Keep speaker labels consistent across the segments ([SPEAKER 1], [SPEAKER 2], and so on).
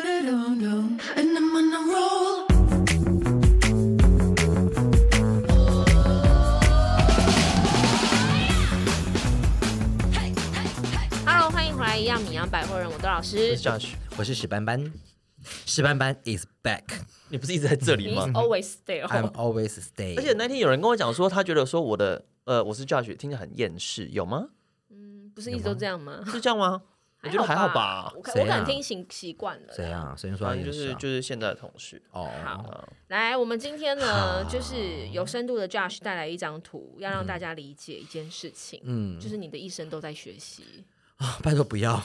[SPEAKER 1] And I'm on a roll.
[SPEAKER 2] Hello，欢迎回来，一样米阳百货人，我的老
[SPEAKER 3] 我
[SPEAKER 2] 师
[SPEAKER 3] 是 Josh，
[SPEAKER 4] 我是史斑斑，史斑斑 is back，I'm
[SPEAKER 3] 你不是一直在这里吗
[SPEAKER 2] ，He's？always there。
[SPEAKER 4] always stay。
[SPEAKER 3] Oh 而且那天有人跟我讲说，他觉得说我的呃我是 Josh，听起来很厌世，有 吗？
[SPEAKER 2] 嗯不是一直都这样吗？
[SPEAKER 3] 是这样吗？我觉得还好吧。
[SPEAKER 2] 我可
[SPEAKER 4] 谁啊
[SPEAKER 2] 我可能听习习惯了。
[SPEAKER 4] 怎样？所以说
[SPEAKER 3] 反
[SPEAKER 4] 他
[SPEAKER 3] 正就
[SPEAKER 4] 也
[SPEAKER 3] 是
[SPEAKER 4] 啊
[SPEAKER 3] 就是现在的同事
[SPEAKER 4] 哦，
[SPEAKER 2] 好，来，我们今天呢，
[SPEAKER 3] 啊
[SPEAKER 2] 就是有深度的 Josh 带来一张图，要
[SPEAKER 3] 嗯
[SPEAKER 2] 让大家理解一件事情，
[SPEAKER 4] 嗯
[SPEAKER 2] 就是你的一生都在学习。
[SPEAKER 4] 啊，拜托不要，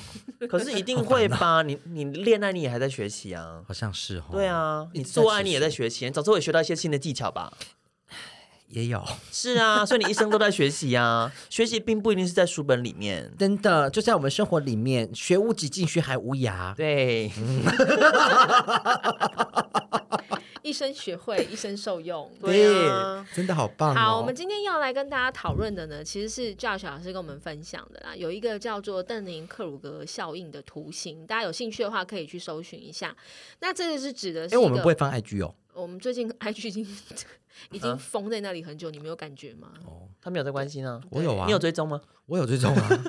[SPEAKER 3] 可是一定会吧？ 你你恋爱你也还在学习啊？
[SPEAKER 4] 好像是哦。
[SPEAKER 3] 对，啊，
[SPEAKER 4] 一
[SPEAKER 3] 你
[SPEAKER 4] 直在
[SPEAKER 3] 做爱你
[SPEAKER 4] 学
[SPEAKER 3] 也在学习，你早知道也学到一些新的技巧 吧？
[SPEAKER 4] 也有，
[SPEAKER 3] 是啊，所以你一生都在学习啊。学习并不一定是在书本里面。
[SPEAKER 4] 真的就在我们生活里面，学无止境，学海无 涯。
[SPEAKER 3] 对，
[SPEAKER 2] 一生学 会，一生受用。
[SPEAKER 3] 对啊
[SPEAKER 4] 真的好棒哦。
[SPEAKER 2] 好，我们今天要来跟大家讨论的呢，其实是 Josh 老师跟我们分享的啦，有一个叫做邓宁克鲁格效应的图形，大家有兴趣的话可以去搜寻一下。那这个是指的是
[SPEAKER 4] 哎，
[SPEAKER 2] 一个，
[SPEAKER 4] 我们不会放 IG 哦。
[SPEAKER 2] 我们最近 IG 已经已
[SPEAKER 3] 嗯
[SPEAKER 2] 经封在那里很久，你没有感觉吗？
[SPEAKER 3] 他没有在关心啊。
[SPEAKER 4] 我有啊，
[SPEAKER 3] 你有追踪吗？
[SPEAKER 4] 我有追踪啊。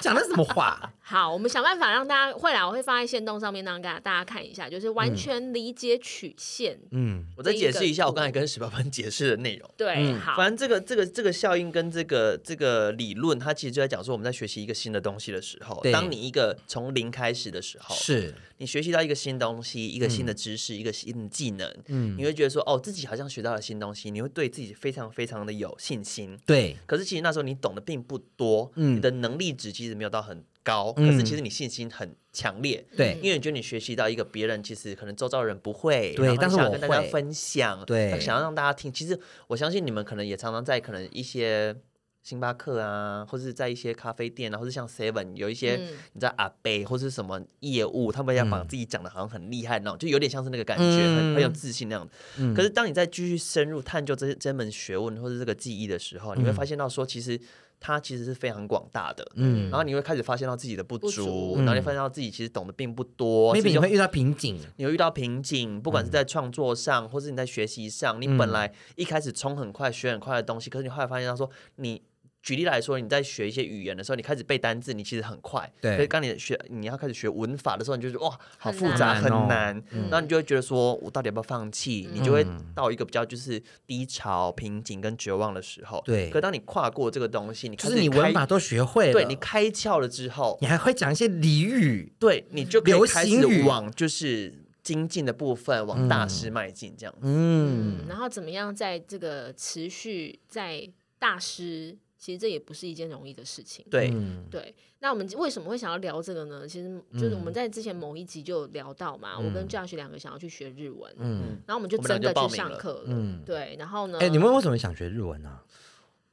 [SPEAKER 4] 讲的什么话？
[SPEAKER 2] 好，我们想办法让大家会来，我会放在线动上面让大家大家看一下，就是完全理解曲线。
[SPEAKER 4] 嗯，
[SPEAKER 3] 我再解释一下我刚才跟史爸爸解释的内容。
[SPEAKER 2] 对，
[SPEAKER 4] 嗯
[SPEAKER 2] 好，
[SPEAKER 3] 反正这个这个这个效应跟这个这个理论，它其实就在讲说，我们在学习一个新的东西的时候，
[SPEAKER 4] 对
[SPEAKER 3] 当你一个从零开始的时候，
[SPEAKER 4] 是，
[SPEAKER 3] 你学习到一个新东西、一个新的知识、一个新的技能，
[SPEAKER 4] 嗯
[SPEAKER 3] 你，会觉得说，哦，自己好像学到了新东西，你会对自己非常非常的有信心。
[SPEAKER 4] 对，
[SPEAKER 3] 可是其实那时候你懂得并不多，
[SPEAKER 4] 嗯
[SPEAKER 3] 你的能力值其实没有到很高，
[SPEAKER 4] 嗯
[SPEAKER 3] 可是其实你信心很强烈。
[SPEAKER 4] 对
[SPEAKER 3] 因为你觉得你学习到一个别人其实可能周遭的人不会，
[SPEAKER 4] 对
[SPEAKER 3] 然后
[SPEAKER 4] 但是
[SPEAKER 3] 想要
[SPEAKER 4] 我
[SPEAKER 3] 跟大家
[SPEAKER 4] 会
[SPEAKER 3] 分享，
[SPEAKER 4] 对
[SPEAKER 3] 想要让大家听。其实我相信你们可能也常常在可能一些星巴克啊，或是在一些咖啡店啊，或是像 Seven 有一些
[SPEAKER 2] 嗯
[SPEAKER 3] 你知道阿贝或是什么业务，他们要把
[SPEAKER 4] 嗯
[SPEAKER 3] 自己讲的好像很厉害那种，就有点像是那个感觉，很很有
[SPEAKER 4] 嗯
[SPEAKER 3] 自信那样。
[SPEAKER 4] 嗯
[SPEAKER 3] 可是当你再继续深入探究这这门学问或者这个技艺的时候，你会发现到说，其实它其实是非常广大的。
[SPEAKER 4] 嗯
[SPEAKER 3] 然后你会开始发现到自己的不
[SPEAKER 2] 不
[SPEAKER 3] 足，
[SPEAKER 2] 足
[SPEAKER 3] 然后你发现到自己其实懂得并不多，所
[SPEAKER 4] ，maybe
[SPEAKER 3] 以
[SPEAKER 4] 嗯你
[SPEAKER 3] 就
[SPEAKER 4] 会遇到嗯瓶颈，
[SPEAKER 3] 你会遇到瓶颈，不管是在创作上，或是你在学习上，你本来一开始冲很快、学很快的东西，可是你后来发现到说，你举例来说，你在学一些语言的时候，你开始背单字，你其实很快，
[SPEAKER 4] 对
[SPEAKER 3] 可是当你学你要开始学文法的时候，你就觉得哇，好
[SPEAKER 2] 很
[SPEAKER 3] 复杂，
[SPEAKER 4] 难嗯
[SPEAKER 3] 很
[SPEAKER 4] 哦
[SPEAKER 3] 难，
[SPEAKER 2] 嗯
[SPEAKER 3] 然后你就会觉得说我到底要不要放弃？你就会到一个比较就是低潮、瓶颈跟绝望的时候。
[SPEAKER 4] 对
[SPEAKER 3] 可当你跨过这个东西，你
[SPEAKER 4] 就
[SPEAKER 3] 开
[SPEAKER 4] 是
[SPEAKER 3] 始
[SPEAKER 4] 你
[SPEAKER 3] 开
[SPEAKER 4] 文法都学会了，
[SPEAKER 3] 对你开窍了之后，
[SPEAKER 4] 你还会讲一些俚语，
[SPEAKER 3] 对你就可
[SPEAKER 4] 流
[SPEAKER 3] 以开
[SPEAKER 4] 行
[SPEAKER 3] 始
[SPEAKER 4] 语
[SPEAKER 3] 往就是精进的部分，往大师迈进这样。
[SPEAKER 4] 嗯，
[SPEAKER 2] 嗯，然后怎么样在这个持续在大师，其实这也不是一件容易的事情。
[SPEAKER 3] 对，
[SPEAKER 4] 嗯
[SPEAKER 2] 对，那我们为什么会想要聊这个呢？其实
[SPEAKER 3] 嗯
[SPEAKER 2] 就是我们在之前某一集就有聊到嘛，我跟 Josh 两个想要去学日文，
[SPEAKER 4] 嗯
[SPEAKER 2] 然后我们就
[SPEAKER 3] 我们俩
[SPEAKER 2] 真的
[SPEAKER 3] 就报
[SPEAKER 2] 去
[SPEAKER 3] 名
[SPEAKER 2] 上
[SPEAKER 3] 了
[SPEAKER 2] 课了。
[SPEAKER 4] 嗯，
[SPEAKER 2] 对，然后呢？
[SPEAKER 4] 哎、你们为什么想学日文啊呢、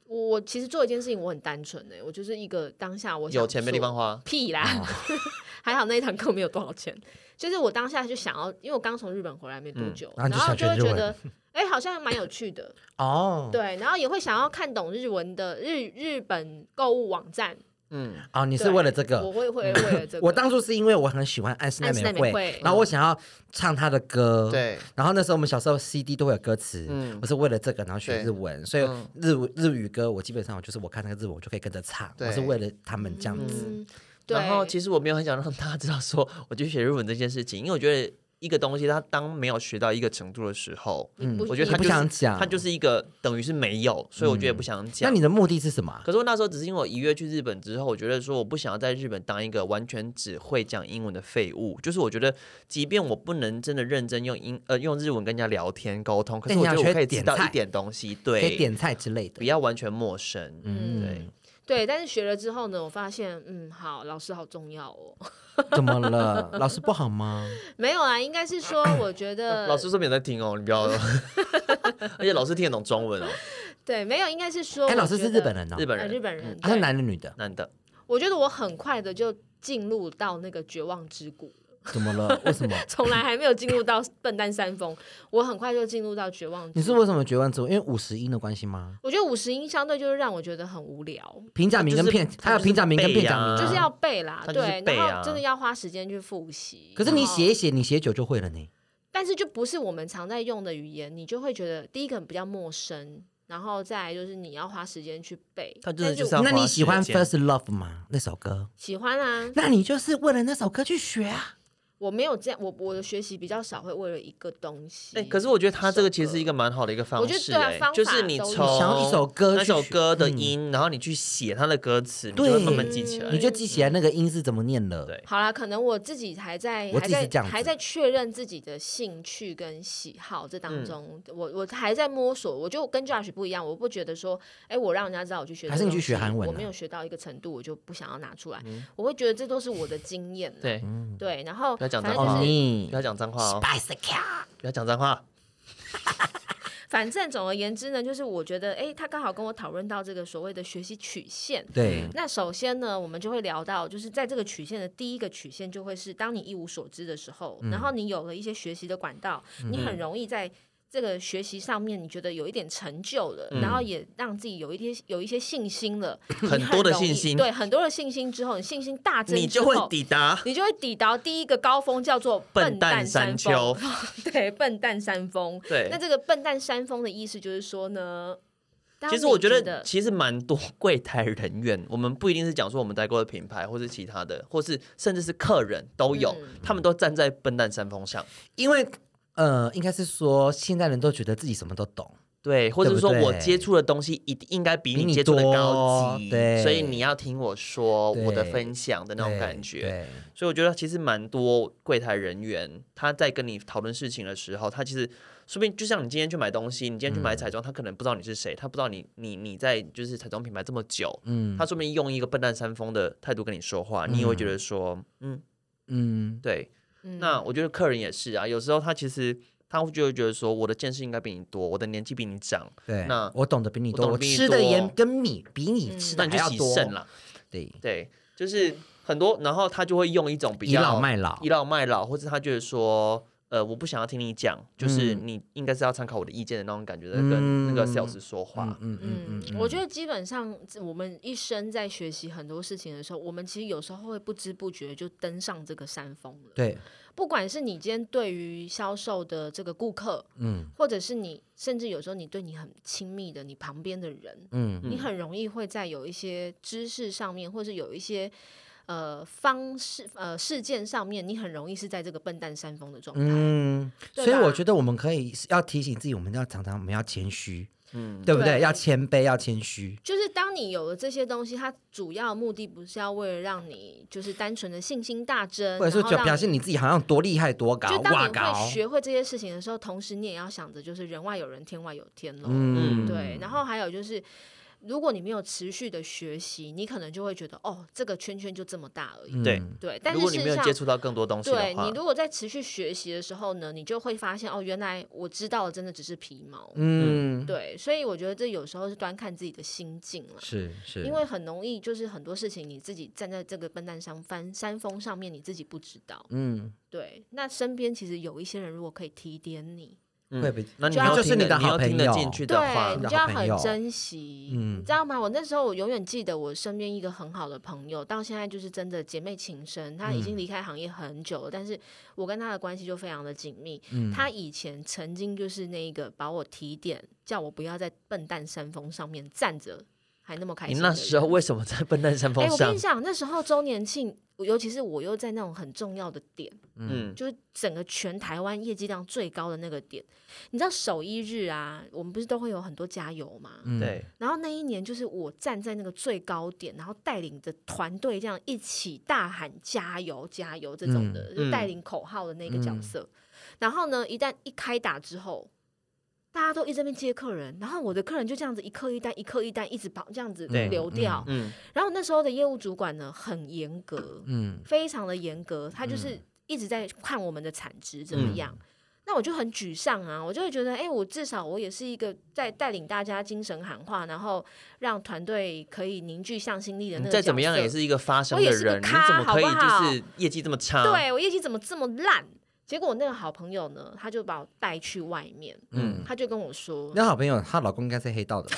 [SPEAKER 2] 我我其实做一件事情，我很单纯哎、我就是一个当下我想
[SPEAKER 3] 有钱没地
[SPEAKER 2] 做
[SPEAKER 3] 方花，
[SPEAKER 2] 屁啦，
[SPEAKER 4] 哦
[SPEAKER 2] 还好那一堂课没有多少钱。就是我当下就想要，因为我刚从日本回来没多久，
[SPEAKER 4] 嗯
[SPEAKER 2] 然
[SPEAKER 4] 然后就
[SPEAKER 2] 后
[SPEAKER 4] 想
[SPEAKER 2] 就
[SPEAKER 4] 学
[SPEAKER 2] 会
[SPEAKER 4] 日
[SPEAKER 2] 觉
[SPEAKER 4] 文
[SPEAKER 2] 得，哎、好像蛮有趣的，
[SPEAKER 4] 哦，
[SPEAKER 2] 对，然后也会想要看懂日文的日日本购物网站，
[SPEAKER 3] 嗯，
[SPEAKER 4] 哦，
[SPEAKER 2] 你
[SPEAKER 4] 你是为了这个
[SPEAKER 2] 我。会会为了这个，
[SPEAKER 4] 我当初是因为我很喜欢安室奈
[SPEAKER 2] 安室奈
[SPEAKER 4] 美
[SPEAKER 2] 美
[SPEAKER 4] 惠，
[SPEAKER 2] 惠
[SPEAKER 4] 然后我想要唱她的歌，。
[SPEAKER 3] 对，
[SPEAKER 4] 然后那时候我们小时候 CD 都会有歌词，
[SPEAKER 3] 嗯
[SPEAKER 4] 嗯我是为了这个然后学
[SPEAKER 3] 对
[SPEAKER 4] 日文，所以
[SPEAKER 3] 嗯
[SPEAKER 4] 日文日语歌我基本上我就是我看那个日文我就可以跟着唱，
[SPEAKER 3] 对
[SPEAKER 4] 我是为了他们这样子。
[SPEAKER 2] 嗯，对，
[SPEAKER 3] 然后其实我没有很想让大家知道说我去学日文这件事情， 因为我觉得一个东西它当没有学到一个程度的时候，
[SPEAKER 2] 你不
[SPEAKER 3] 我觉得
[SPEAKER 2] 你
[SPEAKER 3] 他
[SPEAKER 4] 不
[SPEAKER 3] 就是
[SPEAKER 4] 想讲，
[SPEAKER 3] 它就是一个等于是没有，所以我觉得也不想
[SPEAKER 4] 那
[SPEAKER 3] 讲。
[SPEAKER 4] 你的目的是什么啊？
[SPEAKER 3] 可是我那时候只是因为我一月去日本之后，我觉得说我不想要在日本当一个完全只会讲英文的废物。就是我觉得，即便我不能真的认真用英呃用日文跟人家聊天沟通，可是
[SPEAKER 4] 但
[SPEAKER 3] 我
[SPEAKER 4] 你
[SPEAKER 3] 觉
[SPEAKER 4] 要
[SPEAKER 3] 得我
[SPEAKER 4] 学
[SPEAKER 3] 可以知
[SPEAKER 4] 点
[SPEAKER 3] 道一
[SPEAKER 4] 菜
[SPEAKER 3] 点东西，
[SPEAKER 4] 可以
[SPEAKER 3] 对，
[SPEAKER 4] 点菜之类
[SPEAKER 3] 不
[SPEAKER 4] 的。
[SPEAKER 3] 要完全陌生。
[SPEAKER 2] 嗯
[SPEAKER 3] 对，
[SPEAKER 2] 对，但是学了之后呢，我发现，嗯，好，老师好重要哦。
[SPEAKER 4] 怎么了？老师不好吗？
[SPEAKER 2] 没有啊，应该是说，我觉
[SPEAKER 4] 呃
[SPEAKER 2] 得
[SPEAKER 3] 老师说没有在听哦，你不要，
[SPEAKER 2] 嗯
[SPEAKER 3] 而且老师听得懂中文哦，
[SPEAKER 2] 对，没有，应该是说，
[SPEAKER 4] 哎、
[SPEAKER 2] 我
[SPEAKER 4] 老师
[SPEAKER 2] 觉
[SPEAKER 4] 是
[SPEAKER 2] 得
[SPEAKER 4] 日本人哦，
[SPEAKER 3] 日本
[SPEAKER 2] 呃日
[SPEAKER 3] 人嗯
[SPEAKER 2] 本人，
[SPEAKER 4] 他是
[SPEAKER 2] 对
[SPEAKER 4] 男的女的？
[SPEAKER 3] 男的，
[SPEAKER 2] 我觉得我很快的就进入到那个绝望之谷了。
[SPEAKER 4] 怎么了？为什么？
[SPEAKER 2] 从来还没有进入到笨蛋山峰，我很快就进入到绝望
[SPEAKER 4] 你
[SPEAKER 2] 之
[SPEAKER 4] 是
[SPEAKER 2] 路。
[SPEAKER 4] 为什么绝望之路？因为五十音的关系吗？
[SPEAKER 2] 我觉得五十音相对就是让我觉得很无聊，
[SPEAKER 4] 平假名跟
[SPEAKER 3] 就是
[SPEAKER 4] 片，还有
[SPEAKER 3] 就是
[SPEAKER 4] 平假名跟
[SPEAKER 3] 背
[SPEAKER 4] 片
[SPEAKER 3] 呀
[SPEAKER 4] 假名啊，
[SPEAKER 2] 就是要背啦，
[SPEAKER 3] 嗯它就是
[SPEAKER 2] 对，
[SPEAKER 3] 背
[SPEAKER 2] 然
[SPEAKER 3] 啊
[SPEAKER 2] 后真的要花时间去复习。
[SPEAKER 4] 可是你
[SPEAKER 2] 然后
[SPEAKER 4] 写一写，你写久就会了呢。
[SPEAKER 2] 但是就不是我们常在用的语言，你就会觉得第一个比较陌生，然后再来就是你要花时间去背。
[SPEAKER 3] 它真的
[SPEAKER 2] 但
[SPEAKER 3] 就是要
[SPEAKER 4] 那你
[SPEAKER 3] 花
[SPEAKER 4] 喜欢
[SPEAKER 3] 时间
[SPEAKER 4] First Love 吗？那首歌？
[SPEAKER 2] 喜欢啊，
[SPEAKER 4] 那你就是为了那首歌去学啊？
[SPEAKER 2] 我没有这样，我我的学习比较少会为了一个东西。
[SPEAKER 3] 哎、可是我觉得他这个其实
[SPEAKER 2] 首歌
[SPEAKER 3] 是一个蛮好的一个方
[SPEAKER 2] 我
[SPEAKER 3] 式、
[SPEAKER 2] 觉
[SPEAKER 3] 欸，
[SPEAKER 2] 得对啊方
[SPEAKER 3] 就是
[SPEAKER 2] 法
[SPEAKER 3] 你
[SPEAKER 2] 都有
[SPEAKER 3] 从
[SPEAKER 4] 想要一首歌
[SPEAKER 3] 那
[SPEAKER 4] 去
[SPEAKER 3] 首
[SPEAKER 4] 学
[SPEAKER 3] 歌的
[SPEAKER 4] 嗯
[SPEAKER 3] 音，然后你去写它的歌词，你就
[SPEAKER 4] 对
[SPEAKER 3] 会慢慢记起来。
[SPEAKER 4] 你就记起来那个音是怎么念的。
[SPEAKER 3] 对
[SPEAKER 2] 好啦，可能我自己还在
[SPEAKER 4] 我
[SPEAKER 2] 还
[SPEAKER 4] 自己是
[SPEAKER 2] 在
[SPEAKER 4] 这样子
[SPEAKER 2] 还在确认自己的兴趣跟喜好这
[SPEAKER 4] 嗯
[SPEAKER 2] 当中，我我还在摸索。我就跟 Josh 不一样，我不觉得说，哎、我让人家知道我去学这个
[SPEAKER 4] 还
[SPEAKER 2] 东
[SPEAKER 4] 是
[SPEAKER 2] 西，
[SPEAKER 4] 你去学韩文啊嗯
[SPEAKER 2] 我没有学到一个程度，我就不想要拿出来。我会觉得这都是我的经验啦。
[SPEAKER 3] 对，
[SPEAKER 2] 对，然后
[SPEAKER 3] 不要讲
[SPEAKER 2] 反正
[SPEAKER 3] 脏
[SPEAKER 2] 就
[SPEAKER 3] 话
[SPEAKER 4] 哦，
[SPEAKER 2] 是
[SPEAKER 4] 你
[SPEAKER 3] 不要讲脏话哦，
[SPEAKER 4] Spice Girl
[SPEAKER 3] 不要讲脏话。
[SPEAKER 2] 反正总而言之呢，就是我觉得，哎、他刚好跟我讨论到这个所谓的学习曲线。
[SPEAKER 4] 对，
[SPEAKER 2] 那首先呢，我们就会聊到，就是在这个曲线的第一个曲线，就会是当你一无所知的时候，然
[SPEAKER 3] 嗯
[SPEAKER 2] 后你有了一些学习的管道，你很容易在。这个学习上面，你觉得有一点成就了，然后也让自己有一些有一些信心了，你
[SPEAKER 3] 嗯很多的
[SPEAKER 2] 容易
[SPEAKER 3] 信心
[SPEAKER 2] 对很多的信心之后，你信心大增之后，
[SPEAKER 3] 你就会抵达
[SPEAKER 2] 你就会抵达第一个高峰，叫做
[SPEAKER 3] 笨
[SPEAKER 2] 蛋
[SPEAKER 3] 蛋
[SPEAKER 2] 山
[SPEAKER 3] 山
[SPEAKER 2] 峰
[SPEAKER 3] 丘。
[SPEAKER 2] 对，笨蛋山峰。
[SPEAKER 3] 对
[SPEAKER 2] 那这个笨蛋山峰的意思就是说呢，当
[SPEAKER 3] 其实
[SPEAKER 2] 你
[SPEAKER 3] 我
[SPEAKER 2] 觉
[SPEAKER 3] 得，其实蛮多柜台人员，我们不一定是讲说我们待过的品牌，或是其他的，或是甚至是客人都有，他们都站在笨蛋山峰上，
[SPEAKER 4] 因为呃，应该是说现在人都觉得自己什么都懂，
[SPEAKER 3] 对，或
[SPEAKER 4] 对
[SPEAKER 3] 者
[SPEAKER 4] 不
[SPEAKER 3] 说我
[SPEAKER 4] 对
[SPEAKER 3] 接触的东西一定应该比
[SPEAKER 4] 比你
[SPEAKER 3] 你接触的
[SPEAKER 4] 多
[SPEAKER 3] 高级，
[SPEAKER 4] 对
[SPEAKER 3] 所以你要听我说我的
[SPEAKER 4] 对
[SPEAKER 3] 分享的那种感觉，
[SPEAKER 4] 对，
[SPEAKER 3] 所以我觉得其实蛮多柜台人员他在跟你讨论事情的时候，他其实说不定就像你今天去买东西，你今天去买
[SPEAKER 4] 嗯
[SPEAKER 3] 彩妆，他可能不知道你是谁，他不知道你你你在就是彩妆品牌这么久，
[SPEAKER 4] 嗯
[SPEAKER 3] 他说不定用一个笨蛋山峰的态度跟你说话，你也会觉得说，嗯，
[SPEAKER 4] 嗯，
[SPEAKER 3] 对。
[SPEAKER 2] 嗯
[SPEAKER 3] 那我觉得客人也是啊，有时候他其实他就会觉得说，我的见识应该比你多，我的年纪比你长，
[SPEAKER 4] 对，
[SPEAKER 3] 那
[SPEAKER 4] 我懂得比你
[SPEAKER 3] 我
[SPEAKER 4] 多，
[SPEAKER 3] 懂
[SPEAKER 4] 我
[SPEAKER 3] 得比你
[SPEAKER 4] 吃的
[SPEAKER 3] 多
[SPEAKER 4] 盐跟米比你
[SPEAKER 2] 嗯
[SPEAKER 4] 吃
[SPEAKER 3] 那
[SPEAKER 4] 的
[SPEAKER 3] 你
[SPEAKER 4] 还
[SPEAKER 3] 就
[SPEAKER 4] 要
[SPEAKER 3] 洗
[SPEAKER 4] 多，
[SPEAKER 3] 肾啦。
[SPEAKER 4] 对，
[SPEAKER 3] 对，就是很多，然后他就会用一种比
[SPEAKER 4] 倚
[SPEAKER 3] 较
[SPEAKER 4] 老卖老
[SPEAKER 3] 倚，老卖老，或者他觉得说，呃，我不想要听你讲，就是
[SPEAKER 4] 嗯
[SPEAKER 3] 你应该是要参考我的意见的那种感觉的，
[SPEAKER 4] 嗯
[SPEAKER 3] 跟那个 sales 说话。
[SPEAKER 4] 嗯
[SPEAKER 2] 嗯，我觉得基本上我们一生在学习很多事情的时候，我们其实有时候会不知不觉就登上这个山峰了。
[SPEAKER 4] 对，
[SPEAKER 2] 不管是你今天对于销售的这个顾客，
[SPEAKER 4] 嗯
[SPEAKER 2] 或者是你甚至有时候你对你很亲密的你旁边的人，
[SPEAKER 4] 嗯，
[SPEAKER 2] 你很容易会在有一些知识上面，或是有一些呃方式呃事件上面，你很容易是在这个笨蛋山峰的状态。
[SPEAKER 4] 嗯，
[SPEAKER 2] 对
[SPEAKER 4] 所以我
[SPEAKER 2] 吧
[SPEAKER 4] 觉得我们可以要提醒自己，我们要常常我们要谦虚，
[SPEAKER 3] 嗯
[SPEAKER 4] 对不对？
[SPEAKER 2] 对
[SPEAKER 4] 要谦卑，要谦虚。
[SPEAKER 2] 就是当你有了这些东西，它主要目的不是要为了让你就是单纯的信心大增，
[SPEAKER 4] 或者是
[SPEAKER 2] 嗯然后
[SPEAKER 4] 表
[SPEAKER 2] 让
[SPEAKER 4] 表现你自己好像有多厉害、多高、
[SPEAKER 2] 就当
[SPEAKER 4] 哇
[SPEAKER 2] 你会
[SPEAKER 4] 高，
[SPEAKER 2] 学会这些事情的时候，同时你也要想着就是人外有人，天外有天喽。
[SPEAKER 4] 嗯，
[SPEAKER 2] 对，然后还有就是，如果你没有持续的学习，你可能就会觉得哦，这个圈圈就这么大而已。
[SPEAKER 4] 嗯
[SPEAKER 3] 对
[SPEAKER 2] 对，但
[SPEAKER 3] 如
[SPEAKER 2] 是
[SPEAKER 3] 果
[SPEAKER 2] 事
[SPEAKER 3] 你没有
[SPEAKER 2] 实上
[SPEAKER 3] 接，触到更多东西
[SPEAKER 2] 对
[SPEAKER 3] 的
[SPEAKER 2] 你
[SPEAKER 3] 话，
[SPEAKER 2] 如果在持续学习的时候呢，你就会发现哦，原来我知道的真的只是皮毛。
[SPEAKER 4] 嗯，
[SPEAKER 2] 对，所以我觉得这有时候是端看自己的心境了。
[SPEAKER 4] 是是，
[SPEAKER 2] 因为很容易，就是很多事情你自己站在这个笨蛋山翻山峰上面，你自己不知道。
[SPEAKER 4] 嗯，
[SPEAKER 2] 对，那身边其实有一些人，如果可以提点你，
[SPEAKER 3] 嗯
[SPEAKER 4] 会比
[SPEAKER 3] 那你
[SPEAKER 2] 就要
[SPEAKER 3] 要
[SPEAKER 4] 就是
[SPEAKER 3] 听
[SPEAKER 4] 你的
[SPEAKER 3] 得你
[SPEAKER 4] 好
[SPEAKER 3] 要听得
[SPEAKER 4] 朋友
[SPEAKER 3] 进去的话
[SPEAKER 2] 对，
[SPEAKER 4] 你
[SPEAKER 2] 你
[SPEAKER 4] 的
[SPEAKER 2] 就
[SPEAKER 4] 好
[SPEAKER 2] 要
[SPEAKER 4] 朋
[SPEAKER 2] 很
[SPEAKER 4] 友
[SPEAKER 2] 珍惜，
[SPEAKER 4] 嗯
[SPEAKER 2] 你知道吗？我那时候我永远记得我身边一个很好的朋友，到现在就是真的姐妹情深。她
[SPEAKER 3] 嗯
[SPEAKER 2] 已经离开行业很久了，但是我跟她的关系就非常的紧密。
[SPEAKER 3] 嗯
[SPEAKER 4] 嗯
[SPEAKER 2] 她以前曾经就是那个把我提点，叫我不要在笨蛋山峰上面站着，还那么开
[SPEAKER 3] 你
[SPEAKER 2] 心的人。
[SPEAKER 3] 那时候为什么在笨蛋山
[SPEAKER 2] 哎、
[SPEAKER 3] 峰
[SPEAKER 2] 我跟
[SPEAKER 3] 上
[SPEAKER 2] 你？讲，那时候周年庆，尤其是我又在那种很重要的点，
[SPEAKER 3] 嗯，
[SPEAKER 2] 就是整个全台湾业绩量最高的那个点。你知道首一日啊，我们不是都会有很多加油嘛？
[SPEAKER 4] 嗯
[SPEAKER 3] 对，
[SPEAKER 2] 然后那一年就是我站在那个最高点，然后带领着团队这样一起大喊加油加油这种
[SPEAKER 3] 嗯
[SPEAKER 2] 的，就带领口号的那个角色。然后呢，一旦一开打之后。大家都一直在那边接客人，然后我的客人就这样子一客一单一客一单一直跑这样子
[SPEAKER 3] 对
[SPEAKER 2] 流掉，
[SPEAKER 3] 嗯，
[SPEAKER 2] 然后那时候的业务主管呢，很严格，
[SPEAKER 4] 嗯
[SPEAKER 3] 嗯
[SPEAKER 2] 非常的严格，他就是一直在看我们的产值怎么样。那我就很沮丧啊，我就会觉得，哎、我至少我也是一个在带领大家精神喊话，然后让团队可以凝聚向心力的那
[SPEAKER 3] 你
[SPEAKER 2] 个
[SPEAKER 3] 嗯再怎么样
[SPEAKER 2] 角色
[SPEAKER 3] 也是一个发声
[SPEAKER 2] 我也
[SPEAKER 3] 的
[SPEAKER 2] 是个
[SPEAKER 3] 人，你
[SPEAKER 2] 咖
[SPEAKER 3] 怎么可以
[SPEAKER 2] 好不好
[SPEAKER 3] 就是业绩这么差？，
[SPEAKER 2] 对我业绩怎么这么烂？结果我那个好朋友呢，他就把我带去外面，
[SPEAKER 3] 嗯，
[SPEAKER 2] 他就跟我说
[SPEAKER 4] 那好朋友，她老公应该是黑道的吧，：“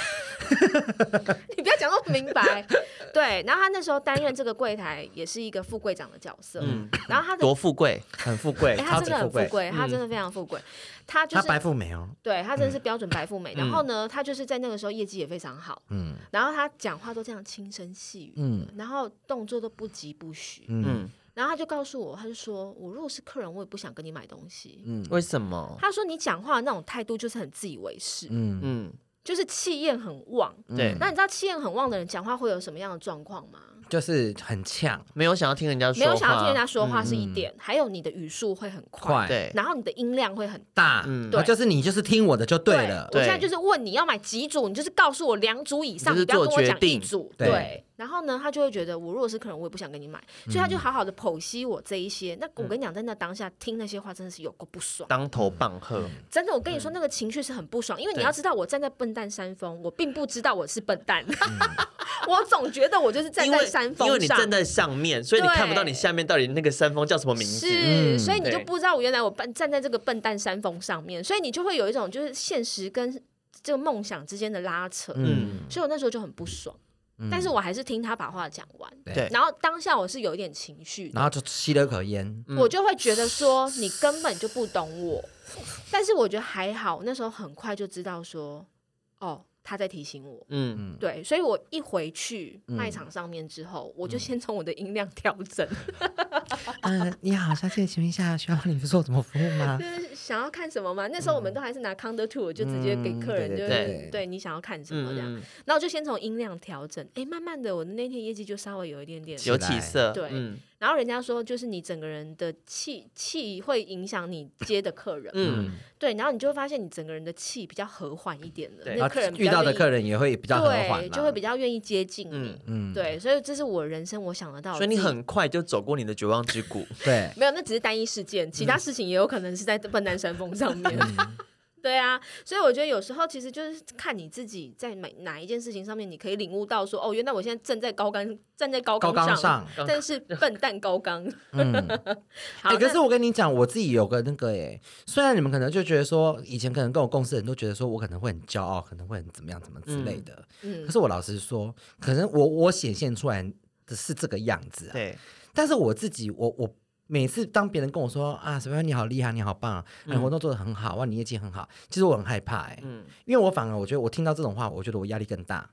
[SPEAKER 2] 你不要讲那么明白。” 对，然后他那时候担任这个柜台也是一个副柜长的角色，
[SPEAKER 3] 嗯
[SPEAKER 2] 然后他的
[SPEAKER 3] 多富贵，
[SPEAKER 4] 很富贵，
[SPEAKER 2] 哎、他
[SPEAKER 4] 超
[SPEAKER 2] 真
[SPEAKER 4] 级
[SPEAKER 2] 的
[SPEAKER 4] 富
[SPEAKER 2] 很富贵，
[SPEAKER 4] 贵，
[SPEAKER 2] 他真的非常富贵，他就
[SPEAKER 4] 她
[SPEAKER 2] 是
[SPEAKER 4] 白富美哦，
[SPEAKER 2] 对他真的是标准白富美。然后呢，他就是在那个时候业绩也非常好，
[SPEAKER 4] 嗯
[SPEAKER 2] 然后他讲话都这样轻声细语，
[SPEAKER 4] 嗯
[SPEAKER 2] 然后动作都不疾不徐。
[SPEAKER 4] 嗯
[SPEAKER 3] 嗯，
[SPEAKER 2] 然后他就告诉我，他就说：“我如果是客人，我也不想跟你买东西。
[SPEAKER 4] 嗯
[SPEAKER 3] 为什么？
[SPEAKER 2] 他说：“你讲话的那种态度就是很自以为是，
[SPEAKER 4] 嗯
[SPEAKER 3] 嗯，
[SPEAKER 2] 就是气焰很旺。
[SPEAKER 3] 对，
[SPEAKER 2] 那你知道气焰很旺的人讲话会有什么样的状况吗？
[SPEAKER 4] 就是很呛，
[SPEAKER 3] 没有想要听人家说
[SPEAKER 2] 没
[SPEAKER 3] 话，
[SPEAKER 2] 有想要听人家说话
[SPEAKER 3] 嗯
[SPEAKER 2] 是一点，还有你的语速会很快，
[SPEAKER 4] 快
[SPEAKER 3] 对，
[SPEAKER 2] 然后你的音量会很
[SPEAKER 4] 大，
[SPEAKER 3] 嗯
[SPEAKER 4] 那就是你就是听我的就对了，
[SPEAKER 2] 我现在
[SPEAKER 3] 对
[SPEAKER 2] 就是问你要买几组，你就是告诉我两组以上，
[SPEAKER 3] 你
[SPEAKER 2] 你
[SPEAKER 3] 就
[SPEAKER 2] 不
[SPEAKER 3] 是
[SPEAKER 2] 要跟
[SPEAKER 3] 做
[SPEAKER 2] 我讲
[SPEAKER 3] 决
[SPEAKER 2] 一
[SPEAKER 3] 定
[SPEAKER 2] 组。
[SPEAKER 4] 对
[SPEAKER 2] 对，然后呢，他就会觉得我如果是客人，我也不想跟你买，
[SPEAKER 3] 嗯
[SPEAKER 2] 所以他就好好的剖析我这一些。那我跟你讲，在那当下听那些话真的是有够不爽，
[SPEAKER 3] 当头棒喝，
[SPEAKER 2] 真的，我跟你说
[SPEAKER 3] 嗯
[SPEAKER 2] 那个情绪是很不爽，因为你要知道，我站在笨蛋山峰，我并不知道我是笨蛋， 我总觉得我就是站
[SPEAKER 3] 嗯因
[SPEAKER 2] 在
[SPEAKER 3] 为
[SPEAKER 2] 山
[SPEAKER 3] 因为
[SPEAKER 2] 峰
[SPEAKER 3] 你
[SPEAKER 2] 上。
[SPEAKER 3] 站在上面，所以你看不到你
[SPEAKER 2] 对
[SPEAKER 3] 下面到底那个山峰叫什么名字。
[SPEAKER 2] 是，所以你就
[SPEAKER 3] 嗯对
[SPEAKER 2] 不知道我原来我笨站在这个笨蛋山峰上面，所以你就会有一种就是现实跟这个梦想之间的拉扯。
[SPEAKER 3] 嗯，
[SPEAKER 2] 所以我那时候就很不爽，但是我还是听他把话讲完。
[SPEAKER 3] 对
[SPEAKER 2] 然后当下我是有一点情绪的，
[SPEAKER 4] 然后就吸了口烟，
[SPEAKER 3] 嗯
[SPEAKER 2] 我就会觉得说你根本就不懂我。但是我觉得还好，那时候很快就知道说，哦，他在提醒我。
[SPEAKER 3] 嗯，
[SPEAKER 2] 对，所以我一回去卖场上面之后，
[SPEAKER 3] 嗯
[SPEAKER 2] 我就先从我的音量调整，
[SPEAKER 4] 嗯，你好，小姐，请问一下，需要你们做什么服务吗
[SPEAKER 2] 就？是想要看什么嘛。那时候我们都还是拿 Counter Two，我就直接给客人
[SPEAKER 4] 嗯
[SPEAKER 2] 就是
[SPEAKER 3] 嗯
[SPEAKER 4] 对
[SPEAKER 3] 对
[SPEAKER 4] 对
[SPEAKER 2] 对你想要看什么这样，
[SPEAKER 3] 嗯，嗯
[SPEAKER 2] 然后就先从音量调整。哎，慢慢的，我那天业绩就稍微有一点点
[SPEAKER 3] 有起色，
[SPEAKER 2] 对
[SPEAKER 3] 嗯
[SPEAKER 2] 然后人家说，就是你整个人的气气会影响你接的客人，
[SPEAKER 3] 嗯，
[SPEAKER 2] 对，然后你就会发现你整个人的气比较和缓一点了，
[SPEAKER 3] 对
[SPEAKER 2] 那
[SPEAKER 4] 然
[SPEAKER 2] 客
[SPEAKER 4] 后
[SPEAKER 2] 人比
[SPEAKER 4] 啊遇
[SPEAKER 2] 较
[SPEAKER 4] 到的
[SPEAKER 2] 愿意
[SPEAKER 4] 客人也会比较和缓
[SPEAKER 2] 对，就会
[SPEAKER 4] 啦，
[SPEAKER 2] 比较愿意接近你，
[SPEAKER 4] 嗯，
[SPEAKER 2] 对，所以这是我人生我想得到的
[SPEAKER 3] 所
[SPEAKER 2] 自
[SPEAKER 3] 以
[SPEAKER 2] 己，
[SPEAKER 3] 你很快就走过你的绝望之谷。
[SPEAKER 4] 对，
[SPEAKER 2] 没有，那只是单一事件，
[SPEAKER 4] 嗯
[SPEAKER 2] 其他事情也有可能是在笨蛋山峰上 面。 对啊，所以我觉得有时候其实就是看你自己在每哪一件事情上面，你可以领悟到说，哦，原来我现在正在高杆，站在高
[SPEAKER 4] 高
[SPEAKER 2] 岗
[SPEAKER 4] 岗上，
[SPEAKER 2] 但 是笨蛋高岗。
[SPEAKER 4] 嗯。
[SPEAKER 2] 好，
[SPEAKER 4] 哎、可
[SPEAKER 2] 那
[SPEAKER 4] 是我跟你讲，我自己有个那个哎、虽然你们可能就觉得说，以前可能跟我共事的人都觉得说我可能会很骄傲，可能会很怎么样怎么之类的。
[SPEAKER 2] 嗯
[SPEAKER 4] 可是我老实说，可能我我显现出来的是这个样子、啊，
[SPEAKER 3] 对，
[SPEAKER 4] 但是我自己，我我每次当别人跟我说啊，什么你好厉害，你好棒、啊，你活动做得很好，哇，你业绩很好，其实我很害怕哎、
[SPEAKER 3] 嗯，
[SPEAKER 4] 因为我反而我觉得我听到这种话，我觉得我压力更大，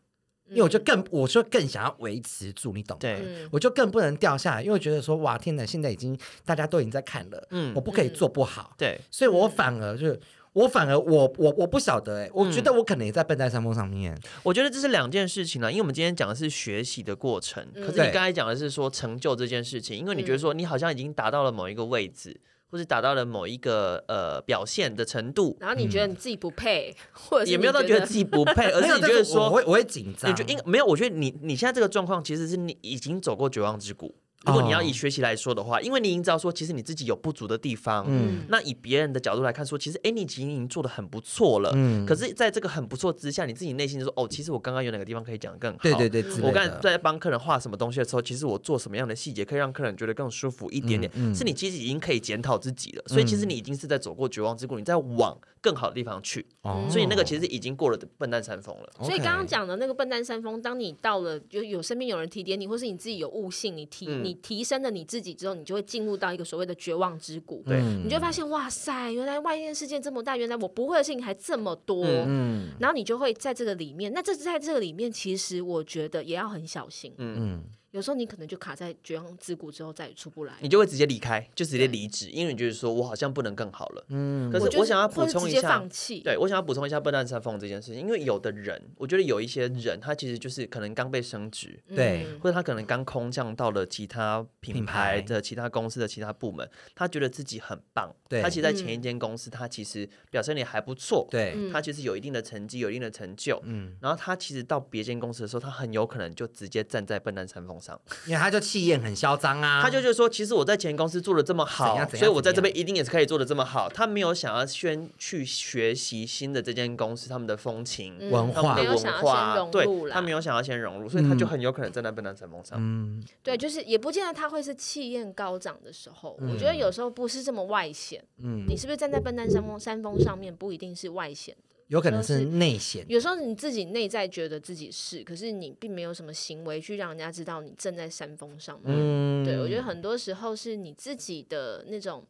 [SPEAKER 4] 因为我就更我就更想要维持住，你懂吗？
[SPEAKER 3] 嗯对，
[SPEAKER 2] 嗯
[SPEAKER 4] 我就更不能掉下来，因为觉得说哇天哪，现在已经大家都已经在看了，
[SPEAKER 3] 嗯
[SPEAKER 4] 我不可以做不好，
[SPEAKER 3] 对，
[SPEAKER 4] 所以我反而就是我反而我我我不晓得哎、
[SPEAKER 3] 嗯
[SPEAKER 4] 我觉得我可能也在笨蛋山峰上面，
[SPEAKER 3] 我觉得这是两件事情啦，因为我们今天讲的是学习的过程，可是
[SPEAKER 4] 对
[SPEAKER 3] 你刚才讲的是说成就这件事情，因为你觉得
[SPEAKER 2] 嗯
[SPEAKER 3] 说你好像已经达到了某一个位置，或者达到了某一个呃表现的程度，
[SPEAKER 2] 然后你觉得
[SPEAKER 4] 嗯
[SPEAKER 2] 你自己不配，或者是
[SPEAKER 3] 也没有到
[SPEAKER 2] 你
[SPEAKER 3] 觉
[SPEAKER 2] 觉
[SPEAKER 3] 得自己 不配，而
[SPEAKER 4] 没
[SPEAKER 3] 是
[SPEAKER 4] 有
[SPEAKER 3] 你
[SPEAKER 4] 但
[SPEAKER 3] 觉得
[SPEAKER 4] 我
[SPEAKER 3] 说，
[SPEAKER 4] 会我会紧张，
[SPEAKER 3] 你就应没有？我觉得你你现在这个状况其实是你已经走过绝望之谷。如果你要以
[SPEAKER 4] 哦
[SPEAKER 3] 学习来说的话，因为你已经知道说，其实你自己有不足的地方，
[SPEAKER 4] 嗯
[SPEAKER 3] 那以别人的角度来看说，其实哎，你已经已经做的很不错了。
[SPEAKER 4] 嗯
[SPEAKER 3] 可是，在这个很不错之下，你自己内心就说：“哦，其实我刚刚有哪个地方可以讲得更好。”
[SPEAKER 4] 对对对，之类的
[SPEAKER 3] 我刚才在帮客人画什么东西的时候，其实我做什么样的细节可以让客人觉得更舒服一点点，
[SPEAKER 4] 嗯嗯嗯
[SPEAKER 3] 是你其实已经可以检讨自己了。所以其实你已经是在走过绝望之谷，你在往更好的地方去。
[SPEAKER 4] 哦
[SPEAKER 3] 所以那个其实已经过了笨蛋山峰了。
[SPEAKER 2] 所以
[SPEAKER 4] OK
[SPEAKER 2] 刚刚讲的那个笨蛋山峰，当你到了就有身边有人提点你，或是你自己有悟性，你提、
[SPEAKER 3] 嗯
[SPEAKER 2] 你提升了你自己之后，你就会进入到一个所谓的绝望之谷。
[SPEAKER 3] 对
[SPEAKER 2] 你
[SPEAKER 4] 嗯
[SPEAKER 2] 就会发现哇塞，原来外面世界这么大，原来我不会的事情还这么多。
[SPEAKER 4] 嗯
[SPEAKER 2] 然后你就会在这个里面，那这在这个里面，其实我觉得也要很小心。
[SPEAKER 4] 嗯
[SPEAKER 2] 有时候你可能就卡在绝望之谷之后再也出不来。
[SPEAKER 3] 你就会直接离开，就直接离职，因为你觉得说我好像不能更好了。
[SPEAKER 4] 嗯，
[SPEAKER 3] 可
[SPEAKER 2] 我
[SPEAKER 3] 是
[SPEAKER 2] 就
[SPEAKER 3] 我想要
[SPEAKER 2] 或
[SPEAKER 3] 补
[SPEAKER 2] 是
[SPEAKER 3] 充一
[SPEAKER 2] 直接
[SPEAKER 3] 下
[SPEAKER 2] 放，弃。
[SPEAKER 3] 对我想要补充一下笨蛋山峰这件事情，因为有的人，我觉得有一些人，他其实就是可能刚被升职，
[SPEAKER 2] 嗯
[SPEAKER 4] 对
[SPEAKER 3] 或者他可能刚空降到了其他品
[SPEAKER 4] 品
[SPEAKER 3] 牌
[SPEAKER 4] 牌
[SPEAKER 3] 的其他公司的其他部门，他觉得自己很棒。
[SPEAKER 4] 对
[SPEAKER 3] 他其实在前一间公司，他其实表现也还不错。，
[SPEAKER 4] 对，
[SPEAKER 2] 嗯
[SPEAKER 3] 他其实有一定的成绩，有一定的成就。
[SPEAKER 4] 嗯
[SPEAKER 3] 然后他其实到别间公司的时候，他很有可能就直接站在笨蛋山峰重伤。
[SPEAKER 4] 因为他就气焰很嚣张啊，
[SPEAKER 3] 他就觉得说，其实我在前公司做的这么好，
[SPEAKER 4] 怎样怎样
[SPEAKER 3] 所以我在这边一定也是可以做的这么好。他没有想要先去学习新的这间公司他们的风情、
[SPEAKER 2] 嗯
[SPEAKER 4] 文
[SPEAKER 3] 他
[SPEAKER 4] 化
[SPEAKER 2] 没
[SPEAKER 3] 们的
[SPEAKER 2] 有想
[SPEAKER 3] 文
[SPEAKER 2] 要先
[SPEAKER 3] 化，
[SPEAKER 2] 融入
[SPEAKER 3] 对
[SPEAKER 2] 啦，
[SPEAKER 3] 他没有想要先融入，所以他就很有可能在那边的成风上。
[SPEAKER 4] 嗯，
[SPEAKER 2] 对，就是也不见得他会是气焰高涨的时候。我觉得有时候不是这么外显，
[SPEAKER 4] 嗯
[SPEAKER 2] 你是不是站在笨蛋山峰山峰上面，不一定是外显的。
[SPEAKER 4] 有可能
[SPEAKER 2] 就是是
[SPEAKER 4] 内显，
[SPEAKER 2] 有时候你自己内在觉得自己是，可是你并没有什么行为去让人家知道你正在山峰上面。
[SPEAKER 3] 嗯，
[SPEAKER 2] 对我觉得很多时候是你自己的那种